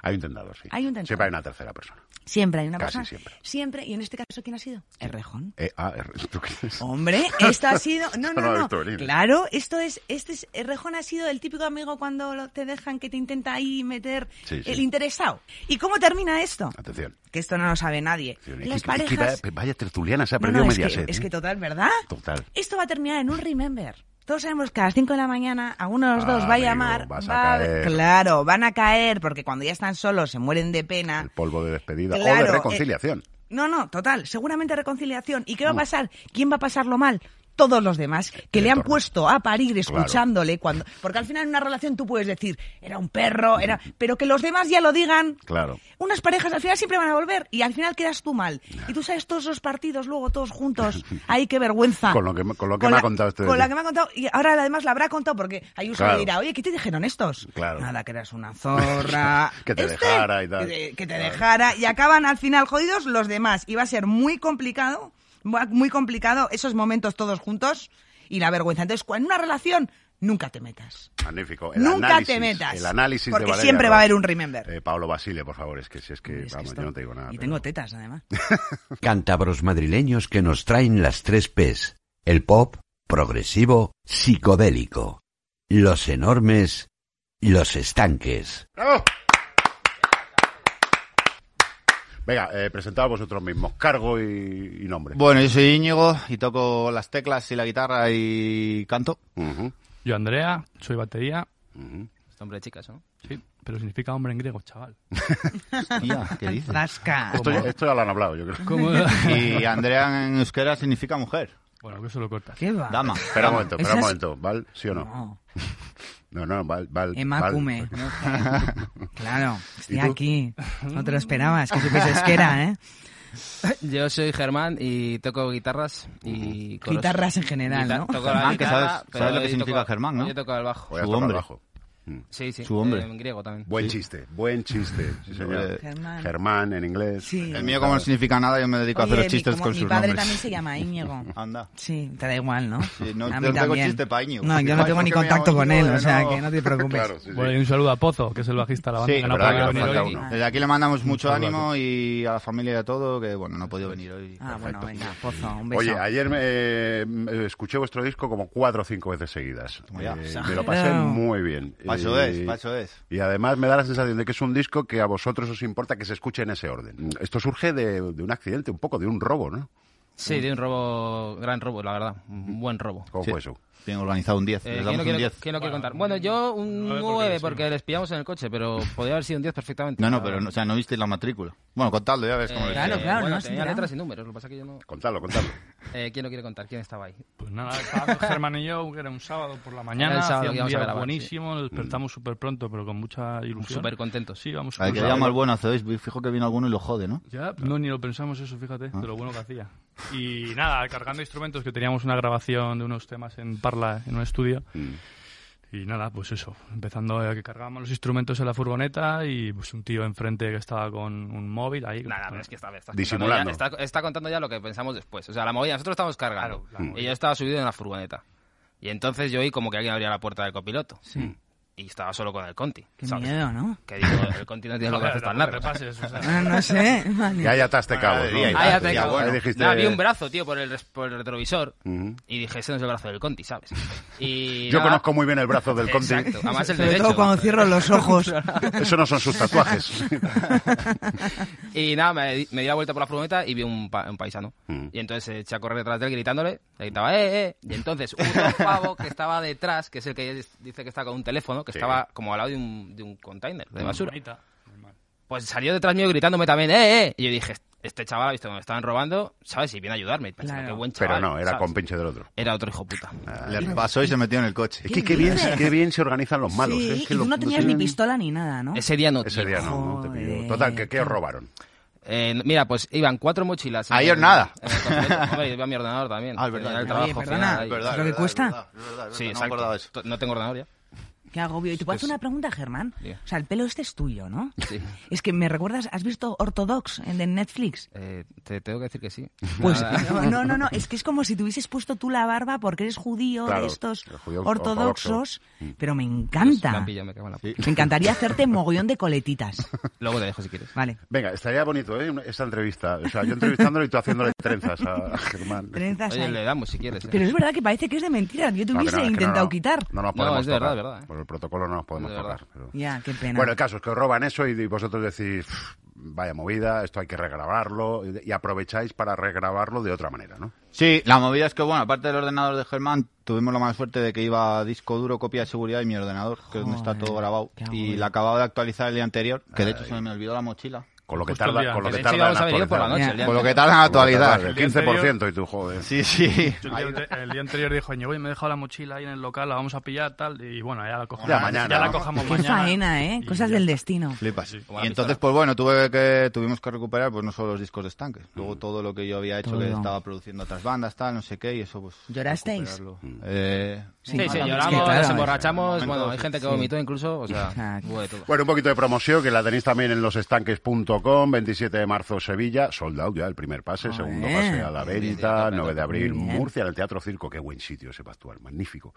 [SPEAKER 5] Hay un tentador, sí.
[SPEAKER 4] Hay un tentador.
[SPEAKER 5] Siempre hay una tercera persona.
[SPEAKER 4] Siempre hay una
[SPEAKER 5] Casi
[SPEAKER 4] persona.
[SPEAKER 5] siempre.
[SPEAKER 4] Y en este caso, ¿quién ha sido? El rejón.
[SPEAKER 5] Eh, ah, er- ¿tú qué dices?
[SPEAKER 4] Hombre, esto ha sido. No,
[SPEAKER 5] Esto lo
[SPEAKER 4] no,
[SPEAKER 5] he
[SPEAKER 4] no.
[SPEAKER 5] visto venir.
[SPEAKER 4] Claro, esto es, este es. el Rejón ha sido el típico amigo cuando lo- te dejan que te intenta ahí meter
[SPEAKER 5] Sí, sí. Ah,
[SPEAKER 4] el interesado. ¿Y cómo termina esto?
[SPEAKER 5] Atención.
[SPEAKER 4] Que esto no lo sabe nadie.
[SPEAKER 5] Atención.
[SPEAKER 4] Las
[SPEAKER 5] Es que- es que
[SPEAKER 4] parejas.
[SPEAKER 5] da- eh, vaya tertuliana, se ha
[SPEAKER 4] No,
[SPEAKER 5] perdido
[SPEAKER 4] no, es
[SPEAKER 5] media
[SPEAKER 4] que-
[SPEAKER 5] sed.
[SPEAKER 4] Es
[SPEAKER 5] ¿eh?
[SPEAKER 4] que total, ¿verdad?
[SPEAKER 5] Total.
[SPEAKER 4] Esto va a terminar en un remember. Todos sabemos que a las 5 de la mañana a uno de los
[SPEAKER 5] Ah,
[SPEAKER 4] dos va a
[SPEAKER 5] amigo,
[SPEAKER 4] llamar.
[SPEAKER 5] vas a
[SPEAKER 4] va haber-
[SPEAKER 5] caer.
[SPEAKER 4] Claro, van a caer porque cuando ya están solos se mueren de pena.
[SPEAKER 5] El polvo de despedida o
[SPEAKER 4] Claro,
[SPEAKER 5] de
[SPEAKER 4] eh,
[SPEAKER 5] reconciliación.
[SPEAKER 4] No, no, total. Seguramente reconciliación. ¿Y qué va a pasar? ¿Quién va a pasarlo mal? Todos los demás que le han
[SPEAKER 5] entorno.
[SPEAKER 4] puesto a parir
[SPEAKER 5] Claro.
[SPEAKER 4] escuchándole cuando. Porque al final en una relación tú puedes decir, era un perro, era. Pero que los demás ya lo digan.
[SPEAKER 5] Claro.
[SPEAKER 4] Unas parejas al final siempre van a volver y al final quedas tú mal. Y tú sabes todos esos partidos luego todos juntos. ¡Ay, qué vergüenza!
[SPEAKER 5] Con lo que me- con lo que me ha contado este
[SPEAKER 4] Con
[SPEAKER 5] de
[SPEAKER 4] la
[SPEAKER 5] ti.
[SPEAKER 4] que me ha contado. Y ahora además la habrá contado porque Ayuso
[SPEAKER 5] Claro.
[SPEAKER 4] le dirá, oye, ¿qué te dijeron estos?
[SPEAKER 5] Claro.
[SPEAKER 4] Nada, que eras una zorra. Este,
[SPEAKER 5] Que te dejara y tal.
[SPEAKER 4] Que te, que te
[SPEAKER 5] Claro.
[SPEAKER 4] dejara. Y acaban al final jodidos los demás. Y va a ser muy complicado, va- muy complicado esos momentos todos juntos y la vergüenza. Entonces, cu- en una relación, nunca te metas.
[SPEAKER 5] Magnífico. El
[SPEAKER 4] Nunca
[SPEAKER 5] análisis,
[SPEAKER 4] te metas,
[SPEAKER 5] El análisis de
[SPEAKER 4] porque
[SPEAKER 5] Valeria
[SPEAKER 4] siempre va a
[SPEAKER 5] Ross.
[SPEAKER 4] haber un remember.
[SPEAKER 5] Eh, Pablo Basile, por favor, es que si es que,
[SPEAKER 4] Es que
[SPEAKER 5] vamos,
[SPEAKER 4] esto-
[SPEAKER 5] yo no te digo nada.
[SPEAKER 4] Y
[SPEAKER 5] pero-
[SPEAKER 4] tengo tetas, además.
[SPEAKER 3] Cántabros madrileños que nos traen las tres P's. El pop, progresivo, psicodélico. Los enormes, los estanques.
[SPEAKER 5] ¡Bravo! Venga, eh, presentad vosotros mismos cargo y, y nombre.
[SPEAKER 8] Bueno, yo soy Íñigo y toco las teclas y la guitarra y canto.
[SPEAKER 5] Ujú,
[SPEAKER 9] Yo, Andrea, soy batería.
[SPEAKER 5] ujú.
[SPEAKER 10] Es nombre de chicas, ¿no?
[SPEAKER 9] Sí, pero significa hombre en griego, chaval.
[SPEAKER 8] Hostia, ¿qué dices?
[SPEAKER 4] Zasca.
[SPEAKER 5] Esto, ya, esto ya lo han hablado, yo creo.
[SPEAKER 9] ¿Cómo?
[SPEAKER 8] Y Andrea en euskera significa mujer,
[SPEAKER 9] bueno, que eso lo cortas.
[SPEAKER 4] ¿Qué va?
[SPEAKER 8] dama.
[SPEAKER 10] Ah,
[SPEAKER 5] Espera un momento, espera un
[SPEAKER 4] Esas-
[SPEAKER 5] momento. ¿Val? ¿Sí o no?
[SPEAKER 4] No,
[SPEAKER 5] No, no, Val. Val Val.
[SPEAKER 4] Emacume. Claro, estoy
[SPEAKER 5] ¿Y tú?
[SPEAKER 4] aquí. No te lo esperabas, que supieses que era, ¿eh?
[SPEAKER 10] Yo soy Germán y toco guitarras y coros.
[SPEAKER 4] Guitarras en general,
[SPEAKER 10] Guita-
[SPEAKER 4] ¿no?
[SPEAKER 10] toco la
[SPEAKER 8] Germán, Ah, que
[SPEAKER 10] guitarra,
[SPEAKER 8] sabes-
[SPEAKER 10] pero
[SPEAKER 8] sabes lo que
[SPEAKER 10] yo
[SPEAKER 8] significa
[SPEAKER 10] toco-
[SPEAKER 8] Germán, ¿no?
[SPEAKER 10] Yo toco el bajo.
[SPEAKER 5] Voy a
[SPEAKER 8] Su
[SPEAKER 5] tocar
[SPEAKER 8] hombre.
[SPEAKER 5] abajo.
[SPEAKER 10] Sí, sí.
[SPEAKER 8] Su hombre.
[SPEAKER 10] eh, en griego también.
[SPEAKER 5] Buen chiste, buen chiste. Sí, señor.
[SPEAKER 8] Eh,
[SPEAKER 4] Germán.
[SPEAKER 5] Germán en inglés.
[SPEAKER 4] Sí.
[SPEAKER 8] El mío como no significa nada, yo me dedico a hacer
[SPEAKER 4] Oye,
[SPEAKER 8] los
[SPEAKER 4] mi-
[SPEAKER 8] chistes
[SPEAKER 4] como
[SPEAKER 8] con
[SPEAKER 4] mi
[SPEAKER 8] sus
[SPEAKER 4] padre
[SPEAKER 8] nombres.
[SPEAKER 4] también se llama Íñigo.
[SPEAKER 8] Anda.
[SPEAKER 4] Sí, te da igual, ¿no?
[SPEAKER 8] Sí, no-
[SPEAKER 4] A
[SPEAKER 8] no
[SPEAKER 4] mí
[SPEAKER 8] tengo
[SPEAKER 4] también.
[SPEAKER 8] chiste pa' Íñigo.
[SPEAKER 4] No, yo no
[SPEAKER 8] Ay,
[SPEAKER 4] tengo
[SPEAKER 8] ¿por
[SPEAKER 4] ni
[SPEAKER 8] qué me
[SPEAKER 4] contacto
[SPEAKER 8] llamo
[SPEAKER 4] con
[SPEAKER 8] Íñigo?
[SPEAKER 4] él, o sea,
[SPEAKER 8] No.
[SPEAKER 4] que no te preocupes.
[SPEAKER 5] Claro, sí, sí.
[SPEAKER 9] Bueno, y un saludo a Pozo, que es el bajista de la banda
[SPEAKER 8] Sí,
[SPEAKER 9] que no ha
[SPEAKER 5] verdad
[SPEAKER 9] podido
[SPEAKER 5] que le
[SPEAKER 9] venir
[SPEAKER 5] falta
[SPEAKER 9] hoy.
[SPEAKER 4] Ah.
[SPEAKER 5] uno.
[SPEAKER 8] Desde aquí le mandamos mucho
[SPEAKER 9] saludo a
[SPEAKER 8] ánimo y a la familia y a todo, que bueno, no ha podido venir hoy.
[SPEAKER 4] Ah, bueno, venga, pozo, un beso.
[SPEAKER 5] Oye, ayer me, eh, escuché vuestro disco como cuatro o cinco veces seguidas.
[SPEAKER 8] Toma ya.
[SPEAKER 5] Eh, me lo pasé
[SPEAKER 4] Exagerado.
[SPEAKER 5] muy bien.
[SPEAKER 8] Paso
[SPEAKER 5] Eh,
[SPEAKER 8] es, paso es.
[SPEAKER 5] Y además me da la sensación de que es un disco que a vosotros os importa que se escuche en ese orden. Esto surge de, de un accidente, un poco de un robo, ¿no?
[SPEAKER 8] Mm.
[SPEAKER 10] Sí, de un robo, gran robo, la verdad. Un buen robo.
[SPEAKER 5] ¿Cómo
[SPEAKER 8] Sí.
[SPEAKER 5] fue eso?
[SPEAKER 8] Bien organizado un 10,
[SPEAKER 10] Eh,
[SPEAKER 8] les
[SPEAKER 10] ¿quién, lo
[SPEAKER 8] damos un
[SPEAKER 10] quiere,
[SPEAKER 8] 10.
[SPEAKER 10] quién lo quiere contar? Bueno, yo un
[SPEAKER 9] nueve
[SPEAKER 10] 9
[SPEAKER 9] porque
[SPEAKER 10] porque,
[SPEAKER 9] sí.
[SPEAKER 10] les pillamos en el coche, pero podía haber sido un 10 perfectamente.
[SPEAKER 8] No, no, pero no, o sea, no visteis la matrícula. Bueno, contadlo, ya ves cómo
[SPEAKER 10] Eh,
[SPEAKER 8] lo
[SPEAKER 4] Claro,
[SPEAKER 8] dice.
[SPEAKER 4] claro,
[SPEAKER 10] bueno,
[SPEAKER 4] no, sí,
[SPEAKER 10] tenía
[SPEAKER 4] claro.
[SPEAKER 10] letras y números, lo que pasa es que yo no...
[SPEAKER 5] Contadlo, contadlo.
[SPEAKER 10] Eh, ¿Quién lo quiere contar? ¿Quién estaba ahí?
[SPEAKER 9] Pues nada, estábamos Germán y yo, que era un sábado por la mañana,
[SPEAKER 10] Era el sábado
[SPEAKER 9] hacía
[SPEAKER 10] que
[SPEAKER 9] un
[SPEAKER 10] íbamos a
[SPEAKER 9] día
[SPEAKER 10] grabar,
[SPEAKER 9] buenísimo, nos despertamos
[SPEAKER 5] Mm.
[SPEAKER 9] súper pronto, pero con mucha ilusión.
[SPEAKER 10] Súper contentos.
[SPEAKER 9] Sí, vamos
[SPEAKER 8] Al que
[SPEAKER 9] súper
[SPEAKER 8] llama al
[SPEAKER 9] rápido.
[SPEAKER 8] bueno hace hoy, fijo que viene alguno y lo jode, ¿no?
[SPEAKER 9] Ya, no, ni lo pensamos eso, fíjate,
[SPEAKER 5] Ah.
[SPEAKER 9] de lo bueno que hacía. Y
[SPEAKER 5] Mm.
[SPEAKER 9] nada, cargando instrumentos, que teníamos una grabación de unos temas en Parla, en un estudio. Y nada, pues eso, empezando a que cargábamos los instrumentos en la furgoneta y pues un tío enfrente que estaba con un móvil ahí.
[SPEAKER 10] Nada, pero es que está, está contando
[SPEAKER 5] Disimulando.
[SPEAKER 10] ya- está, está contando ya lo que pensamos después. O sea, la movida, nosotros estamos cargando. Y yo estaba subido en la furgoneta. Y entonces yo oí como que alguien abría la puerta del copiloto. Mm. Y estaba solo con el Conti.
[SPEAKER 4] Qué
[SPEAKER 10] ¿sabes?
[SPEAKER 4] miedo, ¿no?
[SPEAKER 10] Que digo, el Conti no tiene los brazos tan largos.
[SPEAKER 4] Ah, no sé, vale.
[SPEAKER 5] Ya, ya ataste cabo. ¿no?
[SPEAKER 10] Ah, ya te
[SPEAKER 5] Ya,
[SPEAKER 10] cago.
[SPEAKER 5] bueno, dijiste-
[SPEAKER 10] Nada, vi un brazo, tío, por el, res- por el retrovisor.
[SPEAKER 5] Ujú.
[SPEAKER 10] Y dije, ese no es el brazo del Conti, ¿sabes? Y
[SPEAKER 5] Yo
[SPEAKER 10] nada.
[SPEAKER 5] conozco muy bien el brazo del Conti.
[SPEAKER 10] Exacto, además el
[SPEAKER 4] Sobre
[SPEAKER 10] derecho.
[SPEAKER 4] todo cuando cierro los ojos.
[SPEAKER 5] Eso no son sus tatuajes.
[SPEAKER 10] Y nada, me, me di la vuelta por la furgoneta y vi un, pa- un paisano.
[SPEAKER 5] Mm.
[SPEAKER 10] Y entonces se eché a correr detrás de él gritándole, le gritaba, ¡eh, eh! Y entonces un pavo que estaba detrás, que es el que dice que está con un teléfono, que
[SPEAKER 5] Sí. Mm.
[SPEAKER 10] estaba como al lado de un, de un container de basura,
[SPEAKER 9] Bonita.
[SPEAKER 10] pues salió detrás mío gritándome también, ¡eh, eh! Y yo dije, este chaval ha visto que me estaban robando, ¿sabes? Y viene a ayudarme. Pensaba,
[SPEAKER 4] Claro.
[SPEAKER 10] qué buen
[SPEAKER 5] Pero
[SPEAKER 10] chaval.
[SPEAKER 5] no, era
[SPEAKER 10] ¿sabes?
[SPEAKER 5] compinche del otro.
[SPEAKER 10] Era otro hijo puta.
[SPEAKER 8] Ah, Le repasó y se metió en el coche.
[SPEAKER 5] Es que qué bien,
[SPEAKER 4] dices?
[SPEAKER 5] qué bien se organizan los malos.
[SPEAKER 4] sí,
[SPEAKER 5] es que
[SPEAKER 4] y
[SPEAKER 5] lo-
[SPEAKER 4] tú no tenías ni
[SPEAKER 5] tienen-
[SPEAKER 4] pistola ni nada, ¿no?
[SPEAKER 10] Ese día no.
[SPEAKER 5] Ese
[SPEAKER 10] tío.
[SPEAKER 5] día no, no te
[SPEAKER 4] Joder.
[SPEAKER 5] pilló. Total, que ¿qué os robaron?
[SPEAKER 10] Eh, mira, pues iban cuatro mochilas. en
[SPEAKER 8] Ahí
[SPEAKER 10] el-
[SPEAKER 8] os nada.
[SPEAKER 10] en el copiloto. Hombre, iba mi ordenador también.
[SPEAKER 8] Ah, es verdad,
[SPEAKER 10] Era el
[SPEAKER 8] es
[SPEAKER 10] trabajo
[SPEAKER 8] verdad.
[SPEAKER 4] Oye,
[SPEAKER 10] final
[SPEAKER 4] perdona,
[SPEAKER 10] ahí.
[SPEAKER 4] es verdad, lo que cuesta.
[SPEAKER 10] Sí,
[SPEAKER 8] no me
[SPEAKER 10] exacto.
[SPEAKER 8] acordaba de eso.
[SPEAKER 10] T- No tengo ordenador ya.
[SPEAKER 4] Qué agobio. Y te puedo hacer una pregunta, Germán.
[SPEAKER 10] Diga.
[SPEAKER 4] O sea, el pelo este es tuyo, ¿no?
[SPEAKER 10] Sí.
[SPEAKER 4] Es que me recuerdas, ¿has visto Ortodox en de Netflix?
[SPEAKER 10] Eh, te tengo que decir que sí.
[SPEAKER 4] Pues
[SPEAKER 5] Ah.
[SPEAKER 10] Nada.
[SPEAKER 4] no, no, no, no, es que es como si te hubieses puesto tú la barba porque eres judío
[SPEAKER 5] Claro,
[SPEAKER 4] de estos
[SPEAKER 5] el judío Mm.
[SPEAKER 4] ortodoxos, pero me
[SPEAKER 10] Me
[SPEAKER 4] encanta.
[SPEAKER 10] han pillado, me cago en la puta.
[SPEAKER 4] Me encantaría hacerte mogollón de coletitas.
[SPEAKER 10] Luego te dejo si quieres.
[SPEAKER 4] Vale.
[SPEAKER 5] Venga, estaría bonito, ¿eh? Una- Esta entrevista. O sea, yo entrevistándolo y tú haciéndole trenzas a, a Germán.
[SPEAKER 4] Trenzas
[SPEAKER 10] Oye,
[SPEAKER 4] ahí.
[SPEAKER 10] le damos si quieres. eh.
[SPEAKER 4] Pero es verdad que parece que es de mentira. Yo te
[SPEAKER 5] No, que no,
[SPEAKER 4] hubiese
[SPEAKER 5] es que no,
[SPEAKER 4] intentado
[SPEAKER 5] no,
[SPEAKER 4] quitar.
[SPEAKER 5] No
[SPEAKER 10] No,
[SPEAKER 5] nos podemos
[SPEAKER 10] es de verdad,
[SPEAKER 5] tocar.
[SPEAKER 10] es verdad, ¿eh?
[SPEAKER 5] Por el protocolo no nos podemos
[SPEAKER 10] Es de verdad.
[SPEAKER 5] tocar. pero-
[SPEAKER 4] Ya, qué pena.
[SPEAKER 5] Bueno, el caso es que os roban eso y, y vosotros decís, "Pff, vaya movida, esto hay que regrabarlo y, y aprovecháis para regrabarlo de otra manera, ¿no?
[SPEAKER 8] Sí, la movida es que, bueno, aparte del ordenador de Germán, tuvimos la mala suerte de que iba a disco duro, copia de seguridad y mi ordenador, que es donde está
[SPEAKER 4] Joder,
[SPEAKER 8] todo grabado.
[SPEAKER 4] qué
[SPEAKER 8] Y
[SPEAKER 4] agobio.
[SPEAKER 8] la acababa de actualizar el día anterior, que de hecho se me olvidó la mochila.
[SPEAKER 5] Con
[SPEAKER 10] Pues
[SPEAKER 5] lo que
[SPEAKER 9] Justo el
[SPEAKER 5] tarda,
[SPEAKER 9] día
[SPEAKER 5] con lo
[SPEAKER 9] antes.
[SPEAKER 5] que
[SPEAKER 10] De hecho,
[SPEAKER 5] tarda en
[SPEAKER 10] íbamos a venir por la
[SPEAKER 5] actualizar.
[SPEAKER 10] noche. el día
[SPEAKER 8] Con lo que
[SPEAKER 10] anterior.
[SPEAKER 8] tarda
[SPEAKER 5] Con
[SPEAKER 8] en
[SPEAKER 5] lo
[SPEAKER 8] actualizar.
[SPEAKER 5] que tarda, El 15% y tú, joder.
[SPEAKER 8] Sí, sí.
[SPEAKER 9] Yo el, día, el día anterior dijo, Ñe, "Oye, me he dejado la mochila ahí en el local, la vamos a pillar, tal. Y bueno, ya la cogemos.
[SPEAKER 5] Ya mañana,
[SPEAKER 9] la
[SPEAKER 5] ¿no?
[SPEAKER 9] cojamos
[SPEAKER 4] Qué
[SPEAKER 9] mañana.
[SPEAKER 4] faena, ¿eh?
[SPEAKER 9] y
[SPEAKER 4] Cosas
[SPEAKER 9] ya
[SPEAKER 4] del
[SPEAKER 9] está.
[SPEAKER 4] destino.
[SPEAKER 8] Flipas.
[SPEAKER 9] Sí,
[SPEAKER 8] Y entonces, pues bueno, tuve que, tuvimos que recuperar pues no solo los discos de estanques, luego todo lo que yo había hecho que
[SPEAKER 4] Todo.
[SPEAKER 8] estaba produciendo otras bandas, tal, no sé qué, y eso pues...
[SPEAKER 4] ¿Llorasteis?
[SPEAKER 8] recuperarlo. Eh,
[SPEAKER 10] Sí, sí,
[SPEAKER 4] Es que,
[SPEAKER 10] lloramos,
[SPEAKER 4] claro,
[SPEAKER 10] nos emborrachamos.
[SPEAKER 8] en
[SPEAKER 10] Bueno, hay
[SPEAKER 8] momentos,
[SPEAKER 10] gente que
[SPEAKER 4] sí.
[SPEAKER 10] vomitó incluso. O sea,
[SPEAKER 4] Exacto.
[SPEAKER 10] hubo de todo.
[SPEAKER 5] Bueno, un poquito de promoción que la tenéis también en losestanques.com, 27 de marzo Sevilla, sold out ya el primer pase,
[SPEAKER 4] Joder.
[SPEAKER 5] segundo pase a la venta, 9 de abril
[SPEAKER 4] Bien.
[SPEAKER 5] Murcia, en el Teatro Circo, qué buen sitio ese para actuar, magnífico.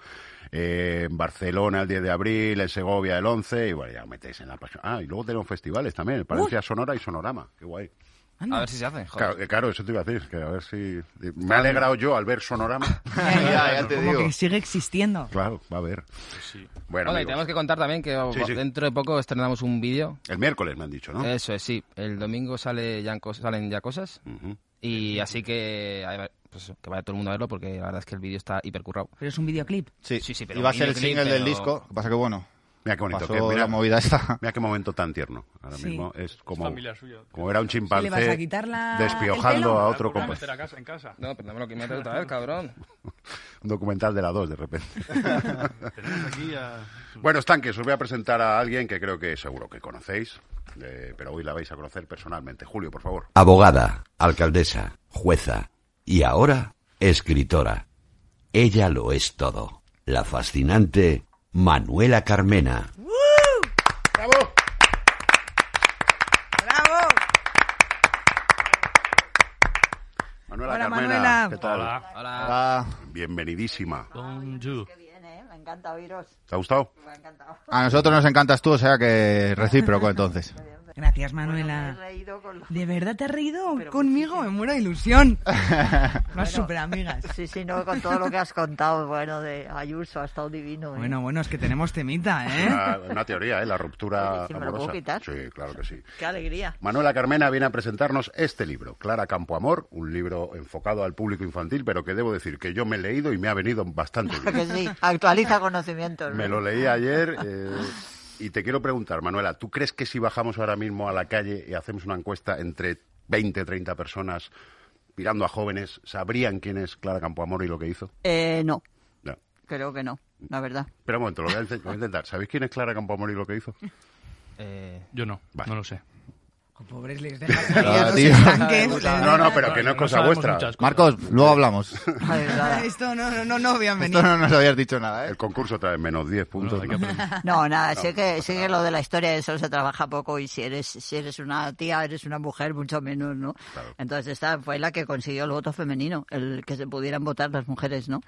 [SPEAKER 5] Eh, en Barcelona el 10 de abril, en Segovia el 11, y bueno, ya metéis en la página. Ah, y luego tenemos festivales también, el Palencia Sonora y Sonorama, qué guay.
[SPEAKER 10] A ver si se hace. joder.
[SPEAKER 5] Claro, eh, claro, eso te iba a decir, que a ver si... eh, Me he alegrado yo al ver Sonorama.
[SPEAKER 8] ya, ya te
[SPEAKER 4] Como
[SPEAKER 8] digo.
[SPEAKER 4] que sigue existiendo.
[SPEAKER 5] claro, va a ver. Bueno,
[SPEAKER 10] Bueno, y
[SPEAKER 5] amigos,
[SPEAKER 10] tenemos que contar también que
[SPEAKER 5] Sí, sí.
[SPEAKER 10] dentro de poco estrenamos un vídeo.
[SPEAKER 5] el miércoles me han dicho, ¿no?
[SPEAKER 10] Eso es, sí. El domingo sale ya en cos- salen ya cosas.
[SPEAKER 5] Ujú.
[SPEAKER 10] Y así que, a ver, pues eso, que vaya todo el mundo a verlo porque la verdad es que el vídeo está hipercurrado.
[SPEAKER 4] Pero es un videoclip.
[SPEAKER 8] sí,
[SPEAKER 10] Sí, sí, pero
[SPEAKER 8] iba a ser el
[SPEAKER 10] videoclip,
[SPEAKER 8] single del
[SPEAKER 10] pero-
[SPEAKER 8] disco, lo que pasa que bueno,
[SPEAKER 5] Mira qué bonito.
[SPEAKER 8] pasó
[SPEAKER 5] que- mira-
[SPEAKER 8] la movida esta.
[SPEAKER 5] Mira qué momento tan tierno. Ahora
[SPEAKER 4] Sí.
[SPEAKER 5] mismo es como,
[SPEAKER 9] familiar suyo.
[SPEAKER 5] como era un chimpancé
[SPEAKER 4] ¿Le vas a quitar la- el
[SPEAKER 5] despiojando
[SPEAKER 4] pelo?
[SPEAKER 5] a
[SPEAKER 9] Ah,
[SPEAKER 5] otro
[SPEAKER 9] pues la
[SPEAKER 5] compa-
[SPEAKER 9] meter a casa, en casa.
[SPEAKER 10] No, pero no me lo quimetes otra vez, cabrón.
[SPEAKER 5] Un documental de la 2 de repente.
[SPEAKER 9] Tenemos aquí a...
[SPEAKER 5] bueno, estanques, os voy a presentar a alguien que creo que seguro que conocéis, eh, pero hoy la vais a conocer personalmente. Julio, por favor.
[SPEAKER 3] Abogada, alcaldesa, jueza y ahora escritora. Ella lo es todo. La fascinante Manuela Carmena.
[SPEAKER 5] ¡Bravo!
[SPEAKER 4] ¡Bravo!
[SPEAKER 5] Manuela
[SPEAKER 4] Hola,
[SPEAKER 5] Carmena,
[SPEAKER 4] Manuela.
[SPEAKER 5] ¿qué tal?
[SPEAKER 9] Hola.
[SPEAKER 10] Hola.
[SPEAKER 8] Ah,
[SPEAKER 5] Bienvenidísima.
[SPEAKER 9] Bonjour.
[SPEAKER 11] ¿eh? Me encanta oíros,
[SPEAKER 5] ¿Te ha gustado?
[SPEAKER 11] me ha encantado.
[SPEAKER 8] a nosotros nos encantas tú, o sea que recíproco entonces.
[SPEAKER 4] Gracias,
[SPEAKER 11] Me he
[SPEAKER 4] Manuela.
[SPEAKER 11] reído con lo-
[SPEAKER 4] ¿De verdad te has reído conmigo? Me muero de ilusión. Unas super amigas.
[SPEAKER 11] Sí, sí, no, con todo lo que has contado, bueno, de Ayuso, ha estado divino. ¿eh?
[SPEAKER 4] Bueno, bueno, es que tenemos temita, ¿eh?
[SPEAKER 5] Una, una teoría, ¿eh? La ruptura
[SPEAKER 11] Oye, ¿sí me lo puedo
[SPEAKER 5] amorosa.
[SPEAKER 11] quitar?
[SPEAKER 5] Sí, claro que sí.
[SPEAKER 11] Qué alegría.
[SPEAKER 5] Manuela Carmena viene a presentarnos este libro, Clara Campoamor, un libro enfocado al público infantil, pero que debo decir que yo me he leído y me ha venido bastante bien.
[SPEAKER 11] Que sí, actualiza conocimientos. ¿no?
[SPEAKER 5] Me lo leí ayer eh, y te quiero preguntar, Manuela, ¿tú crees que si bajamos ahora mismo a la calle y hacemos una encuesta entre 20, 30 personas mirando a jóvenes, ¿sabrían quién es Clara Campoamor y lo que hizo?
[SPEAKER 11] Eh, no,
[SPEAKER 5] No.
[SPEAKER 11] creo que no, la verdad.
[SPEAKER 5] Espera un momento, lo voy a, inte- lo voy a intentar. ¿Sabéis quién es Clara Campoamor y lo que hizo?
[SPEAKER 10] Eh,
[SPEAKER 9] Yo no,
[SPEAKER 5] Vale.
[SPEAKER 9] no lo sé.
[SPEAKER 4] Pobres les dejas ahí a
[SPEAKER 5] Ah,
[SPEAKER 4] los
[SPEAKER 5] tío.
[SPEAKER 4] estanques.
[SPEAKER 5] No, no, pero que no es cosa vuestra.
[SPEAKER 8] Marcos, luego hablamos.
[SPEAKER 4] Esto no, no, no, no habían venido.
[SPEAKER 8] Esto no nos habías dicho nada, ¿eh?
[SPEAKER 5] El concurso trae menos 10 puntos.
[SPEAKER 11] No, nada, sé que, sé que lo de la historia de eso se trabaja poco y si eres, si eres una tía, eres una mujer, mucho menos, ¿no? Entonces esta fue la que consiguió el voto femenino, el que se pudieran votar las mujeres, ¿no?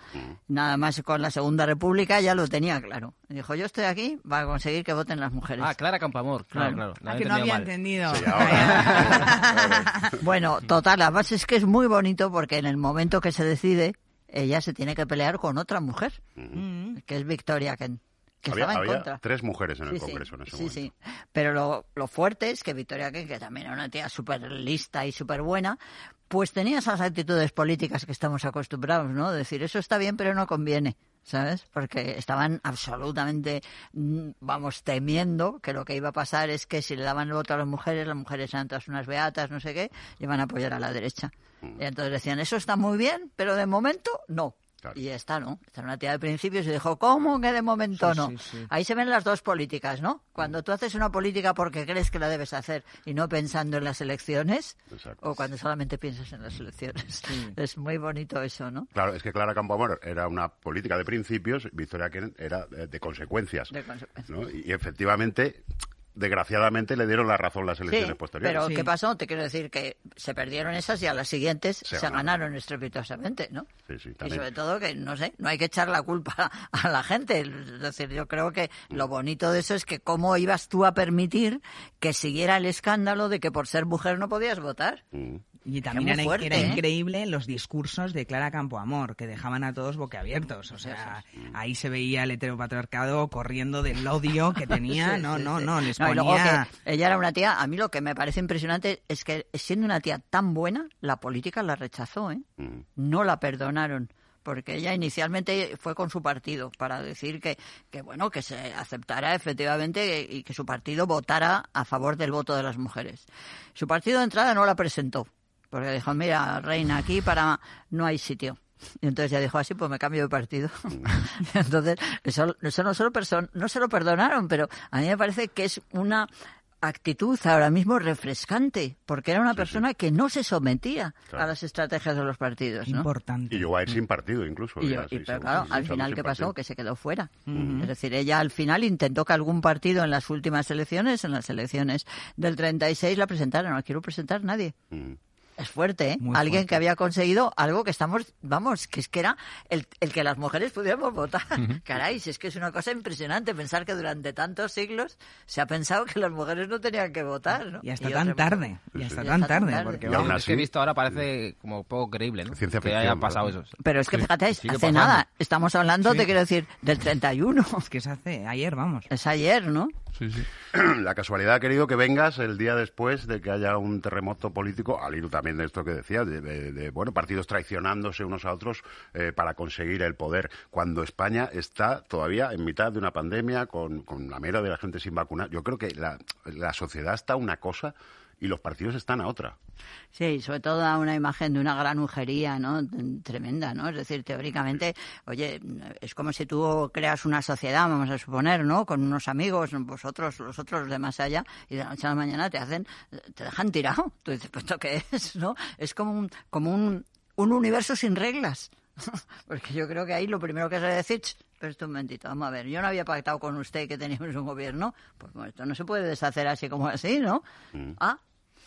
[SPEAKER 11] Nada más con la Segunda República ya lo tenía claro. Dijo, yo estoy aquí para conseguir que voten las mujeres.
[SPEAKER 10] Ah, Clara Campamor, claro, claro. La
[SPEAKER 4] Ah,
[SPEAKER 10] he
[SPEAKER 4] que no había
[SPEAKER 10] mal.
[SPEAKER 4] entendido.
[SPEAKER 11] Bueno, total, además es que es muy bonito porque en el momento que se decide, ella se tiene que pelear con otra mujer,
[SPEAKER 4] Mm.
[SPEAKER 11] que es Victoria Kent, que
[SPEAKER 5] había,
[SPEAKER 11] estaba en
[SPEAKER 5] había
[SPEAKER 11] contra.
[SPEAKER 5] tres mujeres en el
[SPEAKER 11] Sí, sí,
[SPEAKER 5] Congreso en ese
[SPEAKER 11] sí,
[SPEAKER 5] momento.
[SPEAKER 11] sí. Pero lo, lo fuerte es que Victoria Kent, que también era una tía súper lista y súper buena, pues tenía esas actitudes políticas que estamos acostumbrados, ¿no? Decir, eso está bien, pero no conviene. ¿Sabes? Porque estaban absolutamente, mm, vamos, temiendo que lo que iba a pasar es que si le daban el voto a las mujeres, las mujeres eran todas unas beatas, no sé qué, y van a apoyar a la derecha.
[SPEAKER 5] Mm.
[SPEAKER 11] Y entonces decían, eso está muy bien, pero de momento no. Y esta no, esta era una tía de principios y dijo, ¿cómo que de momento
[SPEAKER 4] Sí,
[SPEAKER 11] no?
[SPEAKER 4] sí, sí.
[SPEAKER 11] Ahí se ven las dos políticas, ¿no? Cuando tú haces una política porque crees que la debes hacer y no pensando en las elecciones, o cuando solamente piensas en las elecciones. Es muy bonito eso, ¿no?
[SPEAKER 5] Claro, es que Clara Campoamor era una política de principios, Victoria Kent era eh, de consecuencias.
[SPEAKER 11] De consecuencias.
[SPEAKER 5] ¿no? Y efectivamente, desgraciadamente, le dieron la razón las elecciones
[SPEAKER 11] Sí,
[SPEAKER 5] posteriores.
[SPEAKER 11] pero ¿qué pasó? Te quiero decir que se perdieron esas y a las siguientes se,
[SPEAKER 5] ganaron.
[SPEAKER 11] ganaron estrepitosamente, ¿no?
[SPEAKER 5] Sí, sí,
[SPEAKER 11] Y
[SPEAKER 5] también.
[SPEAKER 11] sobre todo que, no sé, no hay que echar la culpa a la gente. Es decir, yo creo que lo bonito de eso es que cómo ibas tú a permitir que siguiera el escándalo de que por ser mujer no podías votar.
[SPEAKER 5] Mm.
[SPEAKER 4] Y también
[SPEAKER 11] muy
[SPEAKER 4] era,
[SPEAKER 11] fuerte,
[SPEAKER 4] era
[SPEAKER 11] ¿eh?
[SPEAKER 4] increíble los discursos de Clara Campoamor, que dejaban a todos boquiabiertos. O sea, ahí se veía el heteropatriarcado corriendo del odio que tenía.
[SPEAKER 11] Sí,
[SPEAKER 4] no,
[SPEAKER 11] sí,
[SPEAKER 4] no,
[SPEAKER 11] sí.
[SPEAKER 4] no, les
[SPEAKER 11] No, y luego
[SPEAKER 4] ponía...
[SPEAKER 11] que ella era una tía, a mí lo que me parece impresionante es que siendo una tía tan buena, la política la rechazó, ¿eh? No la perdonaron. Porque ella inicialmente Eh, fue con su partido para decir que, que bueno, que se aceptara efectivamente y que su partido votara a favor del voto de las mujeres. Su partido de entrada no la presentó. Porque dijo, mira, reina, aquí para no hay sitio. Y entonces ya dijo así, pues me cambio de partido. entonces, eso, eso no, se lo perso- no se lo perdonaron, pero a mí me parece que es una actitud ahora mismo refrescante, porque era una persona que no se sometía a las estrategias de los partidos. ¿no?
[SPEAKER 4] Importante.
[SPEAKER 5] Y llegó a ir sin partido, incluso.
[SPEAKER 11] Y,
[SPEAKER 5] ya,
[SPEAKER 11] y-
[SPEAKER 5] sí,
[SPEAKER 11] pero
[SPEAKER 5] sí,
[SPEAKER 11] claro,
[SPEAKER 5] sí,
[SPEAKER 11] al
[SPEAKER 5] sí,
[SPEAKER 11] final,
[SPEAKER 5] sin
[SPEAKER 11] ¿qué pasó?
[SPEAKER 5] partido.
[SPEAKER 11] Que se quedó fuera.
[SPEAKER 5] Ujú.
[SPEAKER 11] Es decir, ella al final intentó que algún partido en las últimas elecciones, en las elecciones del 36, la presentara. No la quiero presentar nadie.
[SPEAKER 5] Mm.
[SPEAKER 11] Es fuerte, ¿eh?
[SPEAKER 4] Muy
[SPEAKER 11] Alguien
[SPEAKER 4] fuerte.
[SPEAKER 11] que había conseguido algo que estamos, vamos, que es que era el, el que las mujeres pudiéramos votar. Caray, si es que es una cosa impresionante pensar que durante tantos siglos se ha pensado que las mujeres no tenían que votar, ¿no?
[SPEAKER 4] Y hasta
[SPEAKER 11] otra
[SPEAKER 4] tan
[SPEAKER 11] cosa.
[SPEAKER 4] tarde. Y hasta
[SPEAKER 11] Y
[SPEAKER 4] tan
[SPEAKER 11] hasta tan
[SPEAKER 4] tarde.
[SPEAKER 11] tarde.
[SPEAKER 4] Porque
[SPEAKER 5] Y aún
[SPEAKER 4] vamos,
[SPEAKER 10] Es que he
[SPEAKER 5] así,
[SPEAKER 10] visto ahora parece como poco creíble, ¿no?
[SPEAKER 5] Ciencia
[SPEAKER 10] que
[SPEAKER 5] ficción,
[SPEAKER 10] haya pasado
[SPEAKER 5] ¿verdad?
[SPEAKER 10] eso.
[SPEAKER 11] Pero es que fíjate,
[SPEAKER 10] sigue
[SPEAKER 11] hace
[SPEAKER 10] pasando.
[SPEAKER 11] nada, estamos hablando,
[SPEAKER 4] Sí.
[SPEAKER 11] te quiero decir, del 31.
[SPEAKER 4] es que se hace ayer, vamos.
[SPEAKER 11] Es ayer, ¿no?
[SPEAKER 5] La casualidad ha querido que vengas el día después de que haya un terremoto político, al hilo también de esto que decías, de, de- de, bueno, partidos traicionándose unos a otros eh, para conseguir el poder, cuando España está todavía en mitad de una pandemia, con, con la mera de la gente sin vacunar. Yo creo que la, la sociedad está a una cosa y los partidos están a otra.
[SPEAKER 11] Sí, sobre todo da una imagen de una gran ujería, ¿no? T- Tremenda, ¿no? Es decir, teóricamente, oye, es como si tú creas una sociedad, vamos a suponer, ¿no? Con unos amigos, vosotros, los otros de más allá, y de la noche a la mañana te hacen, te dejan tirado. Tú dices, pues ¿esto qué es, no? Es como un, como un, un universo sin reglas. Porque yo creo que ahí lo primero que se decir, "Ch, pero esto un momentito, vamos a ver, yo no había pactado con usted que teníamos un gobierno, pues bueno, esto no se puede deshacer así como así, ¿no? Ah,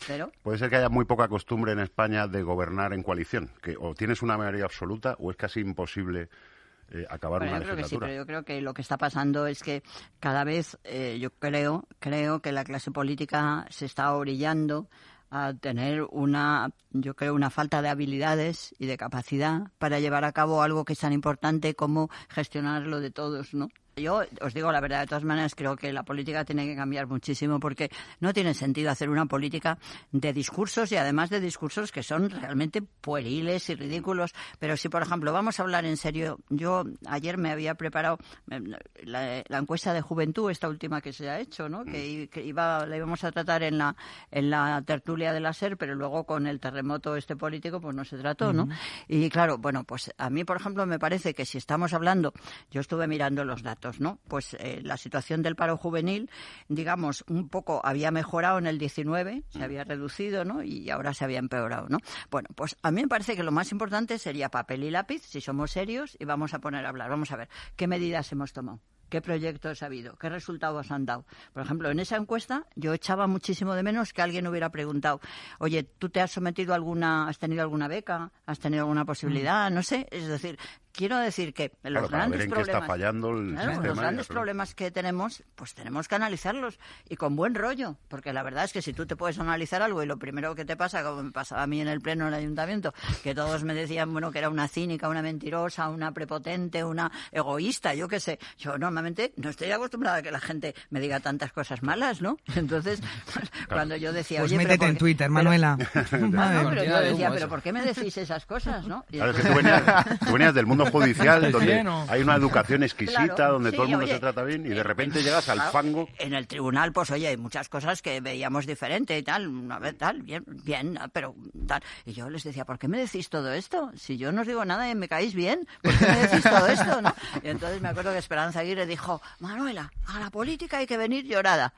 [SPEAKER 11] pero...
[SPEAKER 5] Puede ser que haya muy poca costumbre en España de gobernar en coalición, que o tienes una mayoría absoluta o es casi imposible eh, acabar
[SPEAKER 11] Bueno,
[SPEAKER 5] una
[SPEAKER 11] yo creo que sí,
[SPEAKER 5] legislatura.
[SPEAKER 11] pero yo creo que lo que está pasando es que cada vez, eh, yo creo, creo que la clase política se está orillando a tener una, yo creo, una falta de habilidades y de capacidad para llevar a cabo algo que es tan importante como gestionar lo de todos, ¿no? Yo os digo la verdad, de todas maneras, creo que la política tiene que cambiar muchísimo porque no tiene sentido hacer una política de discursos y además de discursos que son realmente pueriles y ridículos. Pero si, por ejemplo, vamos a hablar en serio, yo ayer me había preparado eh, la, la encuesta de juventud, esta última que se ha hecho, ¿no? que, i- que iba, la íbamos a tratar en la, en la tertulia de la SER, pero luego con el terremoto este político, pues no se trató, ¿no? Y claro, bueno, pues a mí, por ejemplo, me parece que si estamos hablando, yo estuve mirando los datos datos, ¿no? Pues eh, la situación del paro juvenil, digamos, un poco había mejorado en el 19, se había reducido, ¿no? Y ahora se había empeorado, ¿no? Bueno, pues a mí me parece que lo más importante sería papel y lápiz, si somos serios, y vamos a poner a hablar. Vamos a ver qué medidas hemos tomado. ¿Qué proyectos ha habido? ¿Qué resultados han dado? Por ejemplo, en esa encuesta yo echaba muchísimo de menos que alguien hubiera preguntado, oye, ¿tú te has sometido a alguna, has tenido alguna beca? ¿Has tenido alguna posibilidad? No sé. Es decir, quiero decir que los
[SPEAKER 5] Claro, para
[SPEAKER 11] grandes
[SPEAKER 5] ver en qué
[SPEAKER 11] problemas...
[SPEAKER 5] está fallando el
[SPEAKER 11] Claro,
[SPEAKER 5] sistema.
[SPEAKER 11] los
[SPEAKER 5] y
[SPEAKER 11] grandes
[SPEAKER 5] hacerlo.
[SPEAKER 11] problemas que tenemos, pues tenemos que analizarlos y con buen rollo, porque la verdad es que si tú te puedes analizar algo y lo primero que te pasa, como me pasaba a mí en el pleno del ayuntamiento, que todos me decían, bueno, que era una cínica, una mentirosa, una prepotente, una egoísta, yo qué sé. Yo normalmente no estoy acostumbrada a que la gente me diga tantas cosas malas, ¿no? Entonces, cuando yo decía,
[SPEAKER 4] Pues
[SPEAKER 11] oye, pero
[SPEAKER 4] métete
[SPEAKER 11] ¿por
[SPEAKER 4] en
[SPEAKER 11] qué-
[SPEAKER 4] Twitter,
[SPEAKER 11] pero-
[SPEAKER 4] Manuela.
[SPEAKER 11] Ah, no,
[SPEAKER 4] Madre
[SPEAKER 11] pero
[SPEAKER 4] mía.
[SPEAKER 11] yo decía,
[SPEAKER 5] humo
[SPEAKER 11] pero
[SPEAKER 5] eso.
[SPEAKER 11] ¿por qué me decís esas cosas, no? Y
[SPEAKER 5] Claro, es que tú
[SPEAKER 11] entonces-
[SPEAKER 5] venías, tú venías del mundo judicial,
[SPEAKER 11] Es
[SPEAKER 5] donde
[SPEAKER 11] lleno.
[SPEAKER 5] hay una educación exquisita,
[SPEAKER 11] Claro,
[SPEAKER 5] donde
[SPEAKER 11] sí,
[SPEAKER 5] todo el mundo
[SPEAKER 11] oye, eh,
[SPEAKER 5] se trata bien, y de repente llegas al
[SPEAKER 11] Claro,
[SPEAKER 5] fango.
[SPEAKER 11] En el tribunal, pues oye, hay muchas cosas que veíamos diferente y tal, una vez tal, bien, bien, pero tal. Y yo les decía, ¿por qué me decís todo esto? Si yo no os digo nada y me caéis bien, ¿por qué me decís todo esto? no? Y entonces me acuerdo que Esperanza Aguirre dijo, Manuela, a la política hay que venir llorada.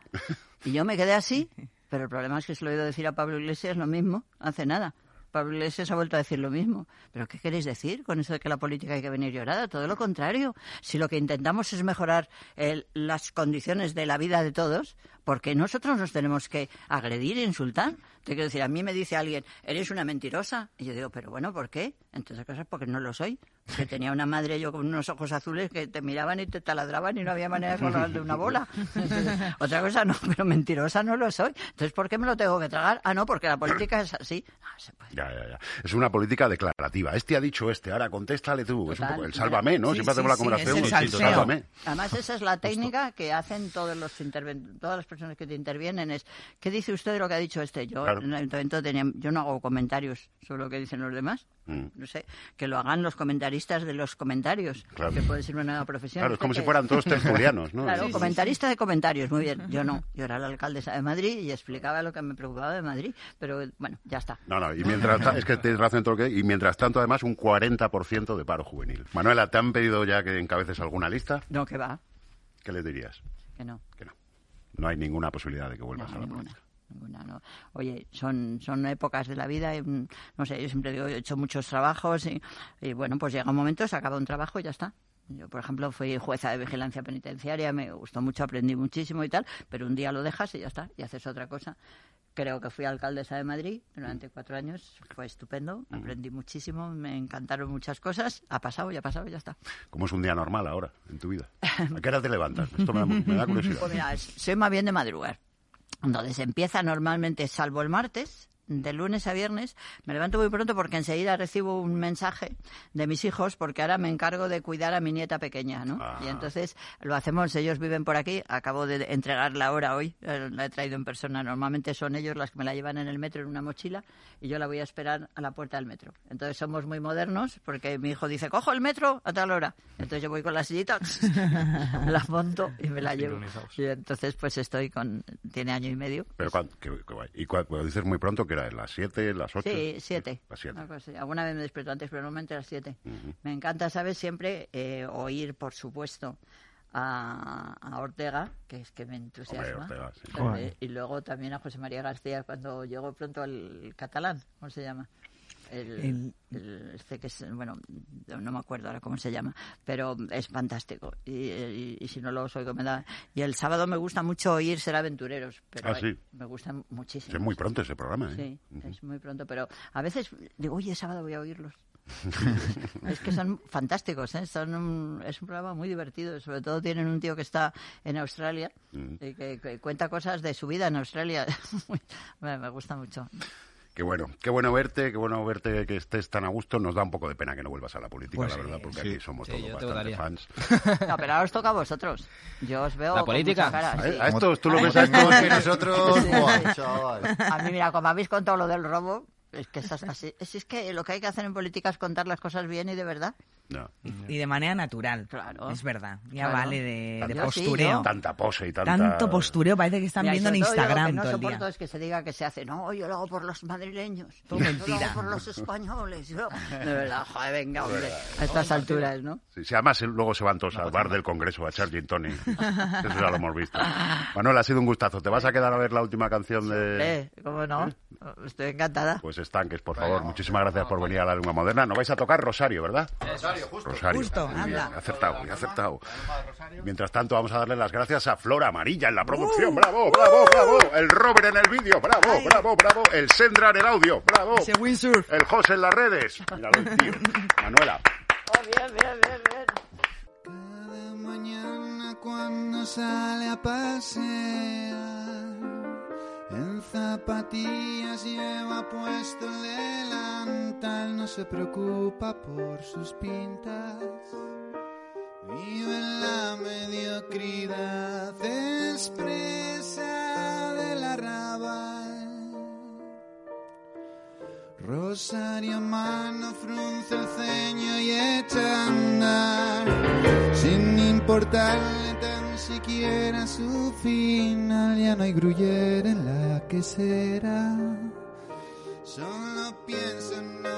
[SPEAKER 11] Y yo me quedé así, pero el problema es que se lo he oído decir a Pablo Iglesias lo mismo, hace nada. Pablo Iglesias ha vuelto a decir lo mismo. ¿Pero qué queréis decir con eso de que la política hay que venir llorada? Todo lo contrario. Si lo que intentamos es mejorar el- las condiciones de la vida de todos, ¿por qué nosotros nos tenemos que agredir e insultar? Te quiero decir, a mí me dice alguien, eres una mentirosa. Y yo digo, pero bueno, ¿por qué? Entonces, cosas porque no lo soy. Porque tenía una madre yo con unos ojos azules que te miraban y te taladraban y no había manera de colgar de una bola. Entonces, otra cosa Ah, no, pero mentirosa no lo soy. Entonces, ¿por qué me lo tengo que tragar? Ah, no, porque la política es así.
[SPEAKER 5] Ya, ya, ya. Es una política declarativa. Este ha dicho este, ahora contéstale tú. es un
[SPEAKER 11] Total.
[SPEAKER 5] poco el sálvame, ¿no?
[SPEAKER 11] Sí,
[SPEAKER 5] Siempre
[SPEAKER 11] sí,
[SPEAKER 5] hacemos la
[SPEAKER 11] sí,
[SPEAKER 5] conversación.
[SPEAKER 11] es el
[SPEAKER 5] sí,
[SPEAKER 11] salseo.
[SPEAKER 5] sálvame.
[SPEAKER 11] Además, esa es la técnica que hacen todos los interven- todas las personas que te intervienen. Es, ¿qué dice usted de lo que ha dicho este? Yo
[SPEAKER 5] Claro.
[SPEAKER 11] en el ayuntamiento tenía- yo no hago comentarios sobre lo que dicen los demás.
[SPEAKER 5] Mm.
[SPEAKER 11] No sé, que lo hagan los comentaristas de los comentarios,
[SPEAKER 5] Claro.
[SPEAKER 11] que puede ser una nueva profesión.
[SPEAKER 5] Claro, es como
[SPEAKER 11] Porque-
[SPEAKER 5] si fueran todos tertulianos, ¿no?
[SPEAKER 11] Claro,
[SPEAKER 5] Sí, sí,
[SPEAKER 11] comentarista de comentarios, muy bien. Yo no, yo era la alcaldesa de Madrid y explicaba lo que me preocupaba de Madrid, pero bueno, ya está.
[SPEAKER 5] No, no, y mientras ta- es que tienes razón en todo lo que- y mientras tanto además un 40% de paro juvenil. Manuela, ¿te han pedido ya que encabeces alguna lista?
[SPEAKER 11] No, que va,
[SPEAKER 5] ¿Qué les dirías?
[SPEAKER 11] que no.
[SPEAKER 5] No hay ninguna posibilidad de que vuelvas a la política.
[SPEAKER 11] ninguna, no. Oye, son, son épocas de la vida. y, mm, no sé, yo siempre digo, he hecho muchos trabajos y, y, bueno, pues llega un momento, se acaba un trabajo y ya está. Yo, por ejemplo, fui jueza de vigilancia penitenciaria, me gustó mucho, aprendí muchísimo y tal, pero un día lo dejas y ya está, y haces otra cosa. Creo que fui alcaldesa de Madrid durante cuatro años, fue estupendo,
[SPEAKER 5] Mm.
[SPEAKER 11] aprendí muchísimo, me encantaron muchas cosas, ha pasado, ya ha pasado, ya está.
[SPEAKER 5] ¿Cómo es un día normal ahora en tu vida? ¿A qué hora te levantas? Esto me da, me da curiosidad.
[SPEAKER 11] Pues mira, soy más bien de madrugar. Entonces empieza normalmente, salvo el martes, de lunes a viernes. Me levanto muy pronto porque enseguida recibo un mensaje de mis hijos porque ahora me encargo de cuidar a mi nieta pequeña, ¿no?
[SPEAKER 5] Ah,
[SPEAKER 11] Y entonces lo hacemos, ellos viven por aquí. Acabo de entregarla ahora hoy, eh, la he traído en persona. Normalmente son ellos las que me la llevan en el metro en una mochila y yo la voy a esperar a la puerta del metro. Entonces somos muy modernos porque mi hijo dice, cojo el metro a tal hora. Entonces yo voy con la sillita, la monto y me la llevo.
[SPEAKER 9] Sincronizados.
[SPEAKER 11] Y entonces pues estoy con, tiene año y medio.
[SPEAKER 5] Pero cuan- que- que guay. y cua- cuando dices muy pronto que era las 7, las 8.
[SPEAKER 11] Sí, siete.
[SPEAKER 5] Las 7.
[SPEAKER 11] Algo así. pues, Alguna vez me despierto antes, pero normalmente a las siete. Me encanta, ¿sabes? Siempre eh, oír, por supuesto, a, a Ortega, que es que me entusiasma.
[SPEAKER 5] Ortega, sí.
[SPEAKER 11] Pero,
[SPEAKER 5] Joder.
[SPEAKER 11] eh, Y luego también a José María García cuando llegó pronto al catalán, ¿cómo se llama? El, el- este que es, bueno, no no me acuerdo ahora cómo se llama, pero es fantástico. Y, y- y si no lo oigo, me da. Y el sábado me gusta mucho oír Ser Aventureros, pero
[SPEAKER 5] Ah, sí.
[SPEAKER 11] eh, me gusta muchísimo.
[SPEAKER 5] Es muy pronto ese programa, ¿eh?
[SPEAKER 11] Sí, es muy pronto, pero a veces digo, oye, sábado voy a oírlos. es que son fantásticos, ¿eh? son un- es un programa muy divertido. Sobre todo tienen un tío que está en Australia
[SPEAKER 5] Mm.
[SPEAKER 11] y que, que cuenta cosas de su vida en Australia. Muy- me, me gusta mucho.
[SPEAKER 5] Qué bueno, qué bueno verte, qué bueno verte que estés tan a gusto. Nos da un poco de pena que no vuelvas a la política,
[SPEAKER 10] Pues
[SPEAKER 5] la
[SPEAKER 10] sí.
[SPEAKER 5] verdad, porque
[SPEAKER 10] Sí.
[SPEAKER 5] aquí somos
[SPEAKER 10] Sí, yo
[SPEAKER 5] todos
[SPEAKER 10] te
[SPEAKER 5] bastante
[SPEAKER 10] votaría.
[SPEAKER 5] fans.
[SPEAKER 11] No, Ah, pero ahora os toca a vosotros. Yo os veo.
[SPEAKER 10] La
[SPEAKER 11] con
[SPEAKER 10] política.
[SPEAKER 11] mucha cara,
[SPEAKER 5] A-
[SPEAKER 11] Ah, sí.
[SPEAKER 5] a estos, tú lo
[SPEAKER 11] Ahora
[SPEAKER 5] ves a
[SPEAKER 11] mismo-
[SPEAKER 5] estos y nosotros,
[SPEAKER 11] Sí, sí.
[SPEAKER 5] guau, chaval.
[SPEAKER 11] A mí, mira, como habéis contado lo del robo. Es que, esas- así- es, es que lo que hay que hacer en política es contar las cosas bien y de verdad.
[SPEAKER 5] No.
[SPEAKER 4] Y de manera natural.
[SPEAKER 11] Claro.
[SPEAKER 4] Es verdad. Ya
[SPEAKER 11] Claro.
[SPEAKER 4] vale de, de
[SPEAKER 5] Tanta-
[SPEAKER 4] postureo.
[SPEAKER 5] Tanta pose y tanta...
[SPEAKER 4] Tanto postureo, parece que están
[SPEAKER 11] Mira, y
[SPEAKER 4] viendo en
[SPEAKER 11] sobre todo yo lo
[SPEAKER 4] Instagram
[SPEAKER 11] que no
[SPEAKER 4] todo el
[SPEAKER 11] soporto
[SPEAKER 4] día.
[SPEAKER 11] es que se diga que se hace, no, yo lo hago por los madrileños,
[SPEAKER 4] Todo
[SPEAKER 11] yo lo
[SPEAKER 4] mentira.
[SPEAKER 11] hago por los españoles, yo... De verdad, joder, venga, hombre,
[SPEAKER 5] verdad.
[SPEAKER 11] a estas alturas, ¿no?
[SPEAKER 5] Sí, sí, además eh, luego se van todos al bar del Congreso a echar gin tonic. Eso ya lo hemos visto. Manuel, ha sido un gustazo. ¿Te vas a quedar a ver la última canción de...?
[SPEAKER 11] Eh, ¿cómo no? Estoy encantada.
[SPEAKER 5] Pues estanques, por favor. Muchísimas gracias por venir a la lengua moderna. No vais a tocar Rosario, ¿verdad? Rosario, justo. Rosario.
[SPEAKER 11] Justo,
[SPEAKER 5] Muy bien,
[SPEAKER 11] anda.
[SPEAKER 5] acertado, muy acertado. Mientras tanto, vamos a darle las gracias a Flora Amarilla en la producción.
[SPEAKER 11] Uh,
[SPEAKER 5] ¡Bravo, bravo, bravo! El Robert en el vídeo. ¡Bravo, bravo, bravo! El Sendra en el audio. ¡Bravo! El José en las redes. Míralo, el tío. Manuela.
[SPEAKER 12] mañana cuando sale a pasear. En zapatillas lleva puesto el delantal, no se preocupa por sus pintas. Vive en la mediocridad expresa del arrabal. Rosario a mano frunce el ceño y echa a andar, sin importarle tan siquiera su final, ya no hay gruyer en la que será, solo piensa en no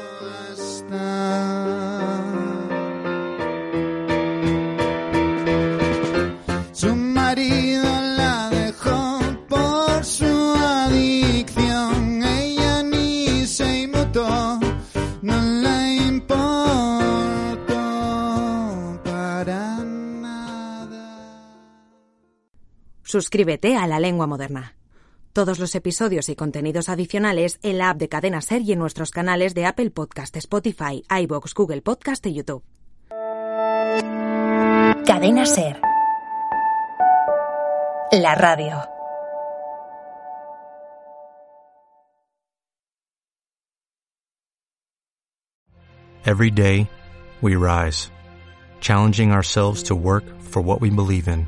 [SPEAKER 12] gastar. Su marido la dejó por su adicción, ella ni se inmutó, no le importó para
[SPEAKER 13] Suscríbete a La Lengua Moderna. Todos los episodios y contenidos adicionales en la app de Cadena Ser y en nuestros canales de Apple Podcast, Spotify, iBox, Google Podcast y YouTube.
[SPEAKER 1] Cadena Ser. La radio.
[SPEAKER 14] Every day, we rise, challenging ourselves to work for what we believe in.